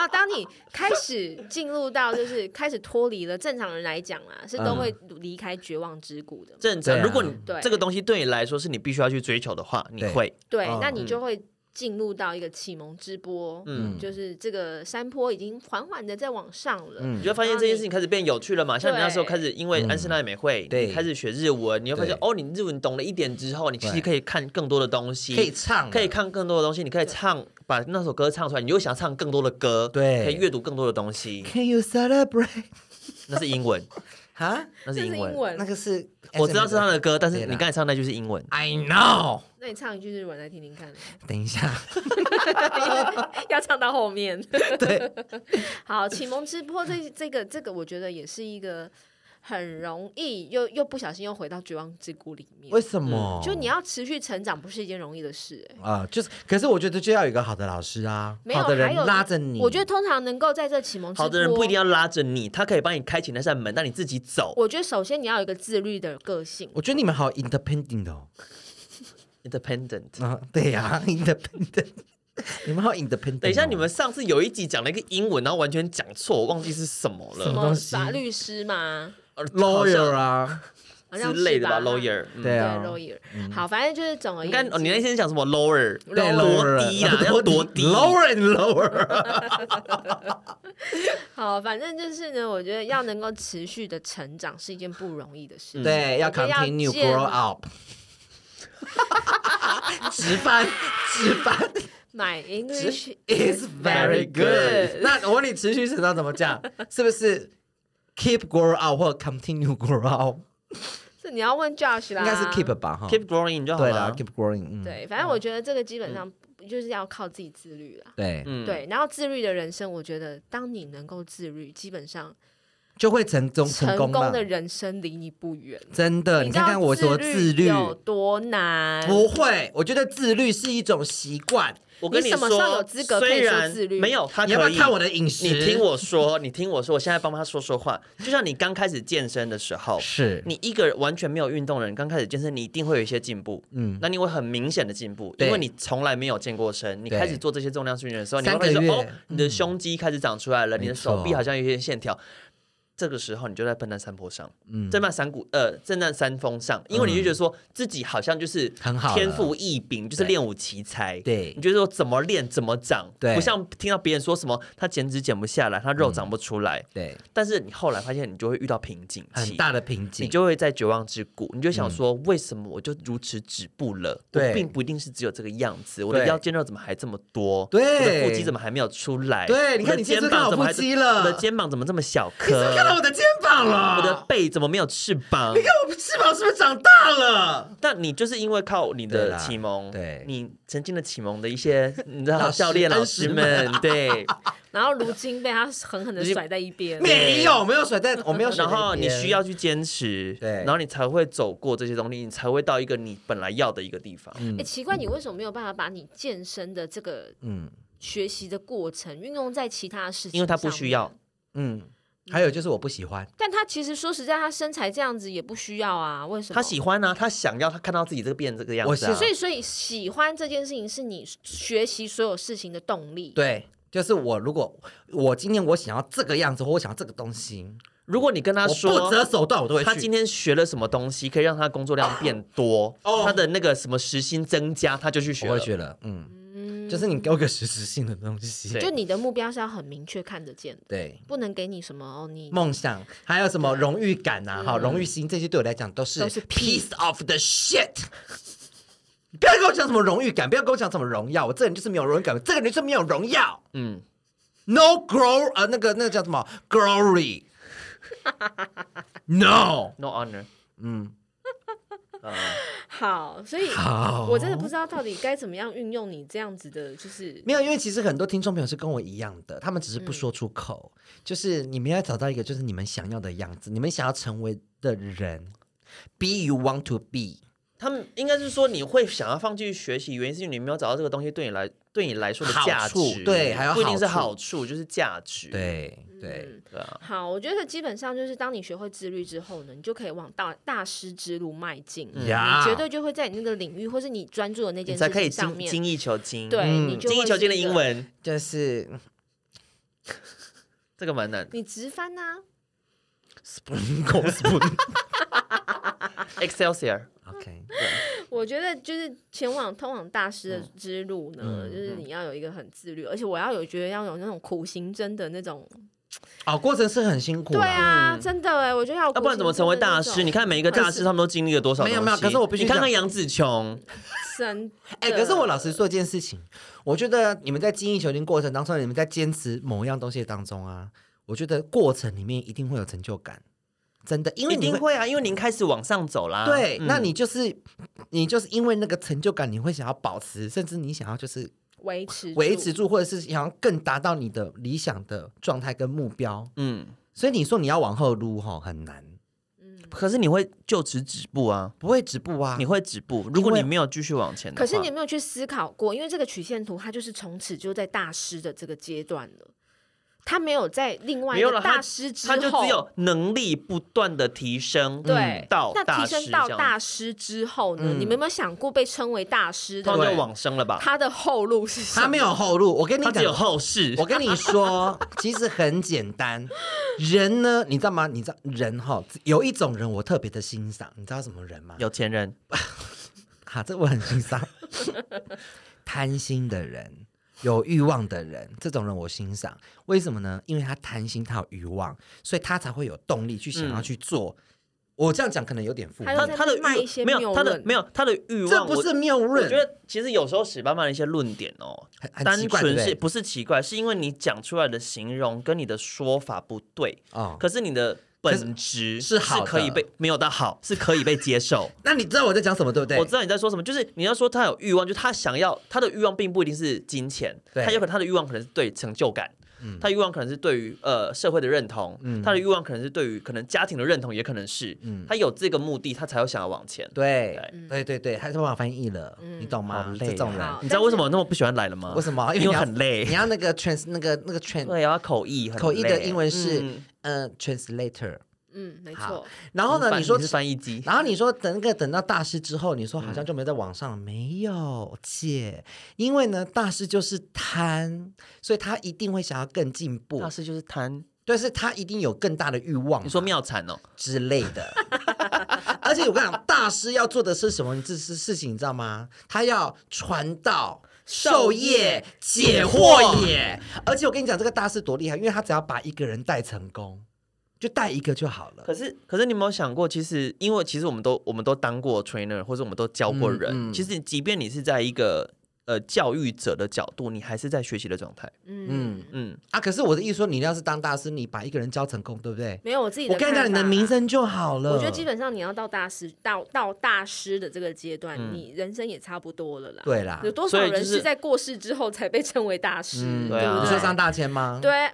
[SPEAKER 2] 后当你开始进入到就是开始脱离了正常人来讲啦，是
[SPEAKER 4] 嗯
[SPEAKER 2] 都会离开绝望之谷的嘛。
[SPEAKER 3] 正
[SPEAKER 4] 对
[SPEAKER 3] 常，
[SPEAKER 4] 啊
[SPEAKER 3] 如果你
[SPEAKER 2] 对
[SPEAKER 3] 这个东西对你来说是你必须要去追求的话，你
[SPEAKER 4] 对
[SPEAKER 3] 会
[SPEAKER 2] 对
[SPEAKER 4] 嗯，
[SPEAKER 2] 那你就会进入到一个启蒙之波，
[SPEAKER 3] 嗯
[SPEAKER 2] 就是这个山坡已经缓缓的在往上了。
[SPEAKER 4] 嗯
[SPEAKER 3] 你就会发现这件事情开始变有趣了嘛？像你那时候
[SPEAKER 2] 对
[SPEAKER 3] 开始，因为安室奈美惠，
[SPEAKER 4] 对
[SPEAKER 3] 你开始学日文，你会发现
[SPEAKER 4] 嗯对
[SPEAKER 3] 哦，你日文懂了一点之后，你其
[SPEAKER 4] 对
[SPEAKER 3] 实可以看更多的东西，
[SPEAKER 4] 可以唱了
[SPEAKER 3] 可以看更多的东西，你可以唱把那首歌唱出来，你又想唱更多的歌，
[SPEAKER 4] 对
[SPEAKER 3] 可以阅读更多的东 西，
[SPEAKER 4] Can you celebrate？
[SPEAKER 3] 那是英文，
[SPEAKER 4] 哈，
[SPEAKER 3] 那
[SPEAKER 2] 这是
[SPEAKER 3] 是英
[SPEAKER 2] 英
[SPEAKER 3] 文。
[SPEAKER 2] 文，
[SPEAKER 4] 那个是
[SPEAKER 3] 我知道是他的歌，但是
[SPEAKER 4] 哎对啦
[SPEAKER 3] 你刚才唱那就是英文。
[SPEAKER 2] 啊
[SPEAKER 4] I know。
[SPEAKER 2] 那你唱一句日文来听听看，
[SPEAKER 4] 等一下，
[SPEAKER 2] 要唱到后面。
[SPEAKER 4] 对，
[SPEAKER 2] 好，启蒙之坡这这个这个，我觉得也是一个很容易又又不小心又回到绝望之谷里面
[SPEAKER 4] 为。什么？
[SPEAKER 2] 就你要持续成长，不是一件容易的事、欸。
[SPEAKER 4] 啊、就是，可是我觉得就要有一个好的老师啊，
[SPEAKER 2] 没有，
[SPEAKER 4] 好的
[SPEAKER 2] 还
[SPEAKER 4] 人
[SPEAKER 2] 有
[SPEAKER 4] 拉着你。
[SPEAKER 2] 我觉得通常能够在这启蒙之坡，
[SPEAKER 3] 好的人不一定要拉着你，他可以帮你开启那扇门，让你自己走。
[SPEAKER 2] 我觉得首先你要有一个自律的个性。
[SPEAKER 4] 我觉得你们好 independent 哦。
[SPEAKER 3] Independent。
[SPEAKER 4] 啊，对呀、i n d e p e n d e n t 你们好 independent 哦、
[SPEAKER 3] 等一下，你们上次有一集讲了一个英文，然后完全讲错，我忘记是什么
[SPEAKER 2] 什
[SPEAKER 3] 了
[SPEAKER 4] 么
[SPEAKER 2] 么
[SPEAKER 4] 东西
[SPEAKER 2] 法律师嘛，
[SPEAKER 3] 呃好像
[SPEAKER 4] lawyer 啊，
[SPEAKER 2] 好像
[SPEAKER 3] 之类的吧
[SPEAKER 2] 是
[SPEAKER 3] ，lawyer。嗯
[SPEAKER 4] 对
[SPEAKER 2] 对
[SPEAKER 4] 啊
[SPEAKER 2] lawyer。好，反正就是总而言
[SPEAKER 3] 你看，
[SPEAKER 2] 之，
[SPEAKER 3] 哦你那天讲什么 lower？
[SPEAKER 4] 对 lower
[SPEAKER 3] 多低 啊，要多低
[SPEAKER 4] lower and lower。
[SPEAKER 2] 好，反正就是呢，我觉得要能够持续的成长是一件不容易的事
[SPEAKER 3] 嗯
[SPEAKER 2] 情。
[SPEAKER 4] 对，要
[SPEAKER 2] 我觉得要
[SPEAKER 4] continue
[SPEAKER 2] 建
[SPEAKER 4] grow up。直翻，直翻
[SPEAKER 2] My English
[SPEAKER 4] is very good。那我问你，持续成长怎么讲？是不是 keep grow up 或 continue grow up？
[SPEAKER 2] 这你要问 Josh 啦，
[SPEAKER 4] 应该是 keep 吧，哈。
[SPEAKER 3] 啊，keep growing 就好
[SPEAKER 4] 对
[SPEAKER 3] 了
[SPEAKER 4] 啦。，keep growing，嗯，
[SPEAKER 2] 对，反正我觉得这个基本上就是要靠自己自律啦。
[SPEAKER 4] 对，
[SPEAKER 3] 嗯，
[SPEAKER 2] 对，然后自律的人生，我觉得当你能够自律，基本上
[SPEAKER 4] 就会成功
[SPEAKER 2] 成
[SPEAKER 4] 功
[SPEAKER 2] 功
[SPEAKER 4] 了。
[SPEAKER 2] 的人生离你不远。
[SPEAKER 4] 真的，你
[SPEAKER 2] 知道
[SPEAKER 4] 看看我多自律，
[SPEAKER 2] 有多难？
[SPEAKER 4] 不会，我觉得自律是一种习惯。
[SPEAKER 3] 我跟
[SPEAKER 2] 你什么
[SPEAKER 3] 说，
[SPEAKER 2] 时候有资格可以
[SPEAKER 3] 虽
[SPEAKER 2] 说
[SPEAKER 3] 然
[SPEAKER 2] 自律
[SPEAKER 3] 没有，他
[SPEAKER 4] 你要不
[SPEAKER 3] 可
[SPEAKER 4] 要
[SPEAKER 3] 以
[SPEAKER 4] 看我的饮食？
[SPEAKER 3] 你听我说，你听我说，我现在帮他说说话。就像你刚开始健身的时候，
[SPEAKER 4] 是，
[SPEAKER 3] 你一个完全没有运动的人，刚开始健身，你一定会有一些进步。
[SPEAKER 4] 嗯，
[SPEAKER 3] 那你会很明显的进步，
[SPEAKER 4] 对
[SPEAKER 3] 因为你从来没有健过身。你
[SPEAKER 4] 对
[SPEAKER 3] 开始做这些重量训练的时候，你
[SPEAKER 4] 三
[SPEAKER 3] 会发
[SPEAKER 4] 个
[SPEAKER 3] 现
[SPEAKER 4] 月
[SPEAKER 3] 说哦，你的
[SPEAKER 4] 嗯
[SPEAKER 3] 胸肌开始长出来了，
[SPEAKER 4] 没
[SPEAKER 3] 你的手臂
[SPEAKER 4] 错
[SPEAKER 3] 好像有一些线条。这个时候你就在笨蛋山坡上，
[SPEAKER 4] 嗯
[SPEAKER 3] 正在山谷呃正在山峰上，因为你就觉得说自己好像就是
[SPEAKER 4] 很好了
[SPEAKER 3] 天赋异禀，就是
[SPEAKER 4] 对
[SPEAKER 3] 练武奇才。
[SPEAKER 4] 对
[SPEAKER 3] 你就说怎么练怎么长，
[SPEAKER 4] 对
[SPEAKER 3] 不像听到别人说什么他减脂减不下来，他肉长不出来。
[SPEAKER 4] 对，
[SPEAKER 3] 但是你后来发现，你就会遇到瓶颈期
[SPEAKER 4] 嗯很，大的瓶颈。嗯
[SPEAKER 3] 你就会在绝望之谷，你就想说，为什么我就如此止步了？
[SPEAKER 4] 对
[SPEAKER 3] 我并不一定是只有这个样子，我的
[SPEAKER 4] 对
[SPEAKER 3] 腰间肉怎么还这么多？
[SPEAKER 4] 对
[SPEAKER 3] 我的腹肌怎么还没有出来？
[SPEAKER 4] 对你看
[SPEAKER 3] 我的
[SPEAKER 4] 你今
[SPEAKER 3] 肩
[SPEAKER 4] 天就看
[SPEAKER 3] 膀
[SPEAKER 4] 到
[SPEAKER 3] 怎么还
[SPEAKER 4] 腹肌了
[SPEAKER 3] 我的肩膀怎么这么小
[SPEAKER 4] 你是不是看到
[SPEAKER 3] 颗？
[SPEAKER 4] 我的肩膀了？
[SPEAKER 3] 我的，背怎么没有翅膀
[SPEAKER 4] 你？看我翅膀是不是长大了？
[SPEAKER 3] 但你就是因为靠你
[SPEAKER 4] 对
[SPEAKER 3] 的
[SPEAKER 4] 啦
[SPEAKER 3] 启蒙，
[SPEAKER 4] 对
[SPEAKER 3] 你曾经的启蒙的一些， 你知道
[SPEAKER 4] 老师
[SPEAKER 3] 教练老
[SPEAKER 4] 恩师
[SPEAKER 3] 师们， 对，
[SPEAKER 2] 然后如今被他狠狠的甩在一边。
[SPEAKER 4] 没有，没有甩在，我没 有甩
[SPEAKER 3] 然
[SPEAKER 4] 在那边。
[SPEAKER 3] 后你需要去坚持，
[SPEAKER 4] 对
[SPEAKER 3] 然后你才会走过这些东西，你才会到一个你本来要的一个地方。
[SPEAKER 2] 哎、奇怪，你为什么没有办法把你健身的这个
[SPEAKER 4] 嗯
[SPEAKER 2] 学习的过程运用在其他事情？
[SPEAKER 3] 因为他不需要。，
[SPEAKER 4] 嗯，还有就是我不喜欢，
[SPEAKER 2] 但他其实说实在，他身材这样子也不需要啊，为什么？
[SPEAKER 3] 他喜欢啊，他想要，他看到自己这个变这个样
[SPEAKER 4] 我
[SPEAKER 3] 子啊
[SPEAKER 4] 是。
[SPEAKER 2] 所以，所以喜欢这件事情是你学习所有事情的动力。，
[SPEAKER 4] 对，就是我如果我今天我想要这个样子，或我想要这个东西，
[SPEAKER 3] 如果你跟他
[SPEAKER 4] 我不
[SPEAKER 3] 说
[SPEAKER 4] 择手段我都会去。
[SPEAKER 3] 他今天学了什么东西，可以让他工作量变多，他的那个什么时薪增加，他就去学
[SPEAKER 4] 我
[SPEAKER 3] 了
[SPEAKER 4] 会。学了，嗯，就是你给我个实质性的东西
[SPEAKER 3] 对，
[SPEAKER 2] 就你的目标是要很明确看得见的，
[SPEAKER 4] 对，
[SPEAKER 2] 不能给你什么哦，你
[SPEAKER 4] 梦想还有什么荣誉感呐、啊？哈、荣誉心这些对我来讲都是
[SPEAKER 2] 嗯都是
[SPEAKER 4] piece of the shit。你不要跟我讲什么荣誉感，不要跟我讲什么荣耀，我这个人就是没有荣誉感，我这个人就是没有荣耀。
[SPEAKER 3] 嗯，
[SPEAKER 4] No glory，呃，那个那个叫什么 glory。No，嗯
[SPEAKER 3] ，no honor，
[SPEAKER 2] 好，所以
[SPEAKER 4] 好
[SPEAKER 2] 我真的不知道到底该怎么样运用你这样子的，就是
[SPEAKER 4] 没有，因为其实很多听众朋友是跟我一样的，他们只是
[SPEAKER 2] 嗯
[SPEAKER 4] 不说出口，就是你们要找到一个就是你们想要的样子，你们想要成为的人，be you want to be。
[SPEAKER 3] 他们应该是说你会想要放弃学习，原因是因为你没有找到这个东西对你来对你来说的价
[SPEAKER 4] 好处
[SPEAKER 3] 值，
[SPEAKER 4] 对还有
[SPEAKER 3] 不一定是
[SPEAKER 4] 好
[SPEAKER 3] 好处，就是价值，
[SPEAKER 4] 对对
[SPEAKER 2] 嗯，
[SPEAKER 3] 对啊，
[SPEAKER 2] 好，我觉得基本上就是当你学会自律之后呢，你就可以往大大师之路迈进，你
[SPEAKER 4] 呀
[SPEAKER 2] 绝对就会在你那个领域或是你专注的那
[SPEAKER 3] 嗯你
[SPEAKER 2] 件事
[SPEAKER 3] 才可以
[SPEAKER 2] 情上
[SPEAKER 3] 精
[SPEAKER 2] 面，
[SPEAKER 3] 精益求精。
[SPEAKER 2] 对、
[SPEAKER 4] 嗯
[SPEAKER 2] 你就
[SPEAKER 3] 精益
[SPEAKER 2] 会
[SPEAKER 3] 求
[SPEAKER 2] 是
[SPEAKER 3] 精的
[SPEAKER 2] 一个
[SPEAKER 3] 英，文
[SPEAKER 4] 就是
[SPEAKER 3] 这个 蛮难的
[SPEAKER 2] 你直翻呐、
[SPEAKER 4] spoon go spoon。
[SPEAKER 3] ，Excelsior。
[SPEAKER 4] OK，
[SPEAKER 2] 我觉得就是前往通往大师的之路呢，
[SPEAKER 4] 嗯
[SPEAKER 2] 就是你要有一个很自律，而且我要有觉得要有那种苦行僧的那种。
[SPEAKER 4] 哦，过程是很辛苦
[SPEAKER 2] 对
[SPEAKER 4] 啦。
[SPEAKER 2] 啊，真的哎，我觉得要有
[SPEAKER 3] 哦要、
[SPEAKER 2] 苦
[SPEAKER 3] 不然怎么成为
[SPEAKER 2] 行僧的
[SPEAKER 3] 大
[SPEAKER 2] 那
[SPEAKER 3] 师？
[SPEAKER 2] 种
[SPEAKER 3] 你看每一个大师，他们都经历了多少东
[SPEAKER 4] 没
[SPEAKER 3] 西？
[SPEAKER 4] 有没有可是我必须
[SPEAKER 3] 你看看
[SPEAKER 4] 讲
[SPEAKER 3] 杨紫琼，
[SPEAKER 2] 真
[SPEAKER 4] 哎、可是我老实说一件事情，我觉得你们在精益求精过程当中，你们在坚持某样东西当中啊，我觉得过程里面一定会有成就感，真的，因为
[SPEAKER 3] 一
[SPEAKER 4] 你
[SPEAKER 3] 定
[SPEAKER 4] 会
[SPEAKER 3] 会啊，因为您开始往上走啦。
[SPEAKER 4] 对，
[SPEAKER 3] 嗯
[SPEAKER 4] 那你就是你就是因为那个成就感，你会想要保持，甚至你想要就是
[SPEAKER 2] 维持
[SPEAKER 4] 维持住，或者是想要更达到你的理想的状态跟目标。
[SPEAKER 3] 嗯，
[SPEAKER 4] 所以你说你要往后撸哈很难，
[SPEAKER 2] 嗯
[SPEAKER 3] 可是你会就此止步啊，
[SPEAKER 4] 不会止步啊。
[SPEAKER 3] 你会止步。如果
[SPEAKER 4] 为
[SPEAKER 3] 你没有继续往前的
[SPEAKER 2] 可
[SPEAKER 3] 话，
[SPEAKER 2] 是你有没有去思考过？因为这个曲线图它就是从此就在大师的这个阶段了，它没有在另外
[SPEAKER 3] 没
[SPEAKER 2] 一
[SPEAKER 3] 有
[SPEAKER 2] 个
[SPEAKER 3] 了，
[SPEAKER 2] 大
[SPEAKER 3] 他
[SPEAKER 2] 师之后，
[SPEAKER 3] 他就只有能力不断的提升，
[SPEAKER 2] 对
[SPEAKER 3] 嗯到
[SPEAKER 2] 那
[SPEAKER 3] 大
[SPEAKER 2] 提
[SPEAKER 3] 师
[SPEAKER 2] 升
[SPEAKER 3] 这
[SPEAKER 2] 到
[SPEAKER 3] 样
[SPEAKER 2] 大师之后呢？
[SPEAKER 4] 嗯
[SPEAKER 2] 你们有没有想过被称为大师
[SPEAKER 3] 他
[SPEAKER 2] 的
[SPEAKER 3] 们
[SPEAKER 4] 对
[SPEAKER 3] 就往生了吧？
[SPEAKER 2] 他的后路是什么？
[SPEAKER 4] 他没有后路，我跟你
[SPEAKER 3] 他只有
[SPEAKER 4] 讲，
[SPEAKER 3] 后世
[SPEAKER 4] 我。跟你说，其实很简单。人呢，你知道吗？你知道人哈，有一种人我特别的欣赏，你知道什么人吗？
[SPEAKER 3] 有钱人，
[SPEAKER 4] 哈，这我很 欣赏。贪心的人，有欲望的人，这种人我欣赏。为什么呢？因为他贪心，他有欲望，所以他才会有动力去想要去做。我这样讲可能有点负
[SPEAKER 2] 还
[SPEAKER 4] 面
[SPEAKER 2] 有，
[SPEAKER 3] 他
[SPEAKER 2] 在
[SPEAKER 3] 他的
[SPEAKER 2] 卖一
[SPEAKER 3] 欲
[SPEAKER 2] 些
[SPEAKER 3] 没
[SPEAKER 2] 谬
[SPEAKER 3] 有他的
[SPEAKER 2] 论
[SPEAKER 3] 没有他的欲
[SPEAKER 4] 这
[SPEAKER 3] 望，
[SPEAKER 4] 不是
[SPEAKER 3] 我
[SPEAKER 4] 谬
[SPEAKER 3] 我觉
[SPEAKER 4] 论，
[SPEAKER 3] 得其实有时候史爸爸的一些论点哦，
[SPEAKER 4] 很很
[SPEAKER 3] 单
[SPEAKER 4] 奇怪，对
[SPEAKER 3] 纯
[SPEAKER 4] 不
[SPEAKER 3] 是
[SPEAKER 4] 对？
[SPEAKER 3] 不是奇怪，是因为你讲出来的形容跟你的说法不对，
[SPEAKER 4] 哦，
[SPEAKER 3] 可是你的本质
[SPEAKER 4] 是好的
[SPEAKER 3] 可以被没有到好，是可以被接 受。
[SPEAKER 4] 那你知道我在讲什么，对不对
[SPEAKER 3] 我？知道你在说什么，就是你要说他有欲望，就是他想要他的欲望并不一定是金钱，
[SPEAKER 4] 对嗯
[SPEAKER 3] 他有可能他的欲望可能是对成就感。他的欲望可能是对于呃社会的认同，他的欲望可能是对于可能家庭的认同，也可能是，他有这个目的，他才会想要往前。
[SPEAKER 4] 嗯对
[SPEAKER 3] 对，嗯
[SPEAKER 4] 对对对，还是把我翻译了，你懂
[SPEAKER 3] 好
[SPEAKER 4] 吗？
[SPEAKER 3] 累啊
[SPEAKER 4] 这种人
[SPEAKER 2] 好
[SPEAKER 3] 你知道为什么我那么不喜欢来了吗？
[SPEAKER 4] 为什么？因
[SPEAKER 3] 因为
[SPEAKER 4] 为你要
[SPEAKER 3] 很累
[SPEAKER 4] 你要那个 trans 那个那个 trans
[SPEAKER 3] 对，要口译，很
[SPEAKER 4] 口译的
[SPEAKER 3] 累
[SPEAKER 4] 英文是
[SPEAKER 3] 嗯
[SPEAKER 4] 呃 translator，
[SPEAKER 2] 嗯，没
[SPEAKER 4] 好
[SPEAKER 2] 错，
[SPEAKER 4] 然后呢，
[SPEAKER 3] 翻
[SPEAKER 4] 你说
[SPEAKER 3] 是翻译嗯机，
[SPEAKER 4] 然后你说等那个等到大师之后，你说好像就没在网上了，没有姐，因为呢大师就是贪，所以他一定会想要更进步
[SPEAKER 3] 大，师就是贪。
[SPEAKER 4] 但是他一定有更大的欲望嘛，
[SPEAKER 3] 你说妙产哦，
[SPEAKER 4] 之类的。 而且我跟你讲，大师要做的是什么？这是事情，你知道吗？他要传道。授业解惑也，而且我跟你讲，这个大师多厉害，因为他只要把一个人带成功，就带一个就好了。
[SPEAKER 3] 可是可是你有没有想过，其实因为其实我们都我们都当过 trainer，或者我们都教过人，
[SPEAKER 4] 嗯嗯
[SPEAKER 3] 其实即便你是在一个呃教育者的角度，你还是在学习的状态。
[SPEAKER 2] 嗯，
[SPEAKER 3] 嗯，
[SPEAKER 4] 啊，可是我的意思说，你要是当大师，你把一个人教成功，对不对？
[SPEAKER 2] 没有我自己的
[SPEAKER 4] 我跟你
[SPEAKER 2] 看
[SPEAKER 4] 讲，你的
[SPEAKER 2] 法
[SPEAKER 4] 名声就好了。
[SPEAKER 2] 我觉得基本上你要到大师到到大师的这个阶段，你人生也差不多了啦。，
[SPEAKER 4] 对啦。
[SPEAKER 2] 有多
[SPEAKER 3] 嗯啊所
[SPEAKER 2] 少
[SPEAKER 3] 以就
[SPEAKER 2] 人
[SPEAKER 3] 是
[SPEAKER 2] 是在过世之后才被称为大师？
[SPEAKER 4] 嗯
[SPEAKER 3] 对啊
[SPEAKER 4] 你
[SPEAKER 2] 不
[SPEAKER 4] 说
[SPEAKER 2] 对？
[SPEAKER 4] 张大千吗？，
[SPEAKER 2] 对，啊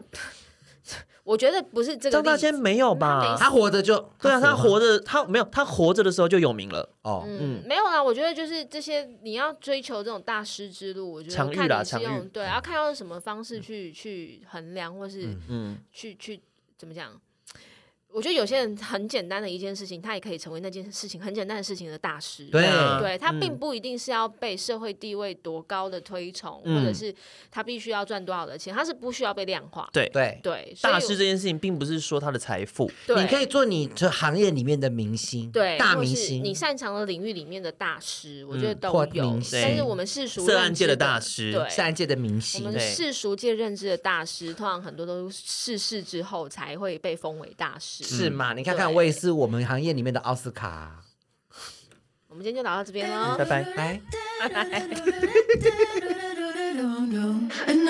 [SPEAKER 2] 我觉得不是这个
[SPEAKER 3] 张大
[SPEAKER 2] 例子
[SPEAKER 3] 千没有吧？
[SPEAKER 4] 他活着就
[SPEAKER 3] 对啊，他
[SPEAKER 4] 死了吗
[SPEAKER 3] 活着，他没有他活着的时候就有名了。
[SPEAKER 4] 哦，
[SPEAKER 2] 嗯，没有啦，我觉得就是这些，你要追求这种大师之路，我觉得
[SPEAKER 3] 常遇
[SPEAKER 2] 看
[SPEAKER 3] 啦
[SPEAKER 2] 你是
[SPEAKER 3] 常遇
[SPEAKER 2] 用对，要看用什么方式去去衡量，或是
[SPEAKER 3] 嗯，
[SPEAKER 2] 去去怎么讲？我觉得有些人很简单的一件事情，他也可以成为那件事情很简单的事情的大师。
[SPEAKER 4] 对
[SPEAKER 3] 啊
[SPEAKER 2] 对他
[SPEAKER 3] 嗯
[SPEAKER 2] 并不一定是要被社会地位多高的推崇，
[SPEAKER 3] 嗯
[SPEAKER 2] 或者是他必须要赚多少的钱，他是不需要被量化。
[SPEAKER 3] 对
[SPEAKER 4] 对，
[SPEAKER 2] 对，所以
[SPEAKER 3] 大师这件事情，并不是说他的财富，
[SPEAKER 2] 对
[SPEAKER 4] 你可以做你这行业里面的明星，
[SPEAKER 2] 对
[SPEAKER 4] 大
[SPEAKER 2] 或
[SPEAKER 4] 明
[SPEAKER 2] 是
[SPEAKER 4] 星，
[SPEAKER 2] 你擅长的领域里面的大师，我觉得
[SPEAKER 3] 嗯
[SPEAKER 2] 都
[SPEAKER 4] 或
[SPEAKER 2] 有
[SPEAKER 4] 明。星
[SPEAKER 2] 但是我们世俗
[SPEAKER 3] 色
[SPEAKER 2] 认
[SPEAKER 3] 案
[SPEAKER 2] 知
[SPEAKER 3] 界的大师
[SPEAKER 2] 对，
[SPEAKER 4] 自然界的明
[SPEAKER 2] 我
[SPEAKER 4] 星
[SPEAKER 2] 们
[SPEAKER 3] 对
[SPEAKER 2] 世俗界认知的大师，通常很多都是逝世之后才会被封为大师。
[SPEAKER 4] 是吗？你看
[SPEAKER 2] 嗯对
[SPEAKER 4] 看，我也是我们行业里面的奥斯卡。啊
[SPEAKER 2] 我们今天就聊到这边喽
[SPEAKER 3] 拜。拜。
[SPEAKER 4] 来，
[SPEAKER 1] And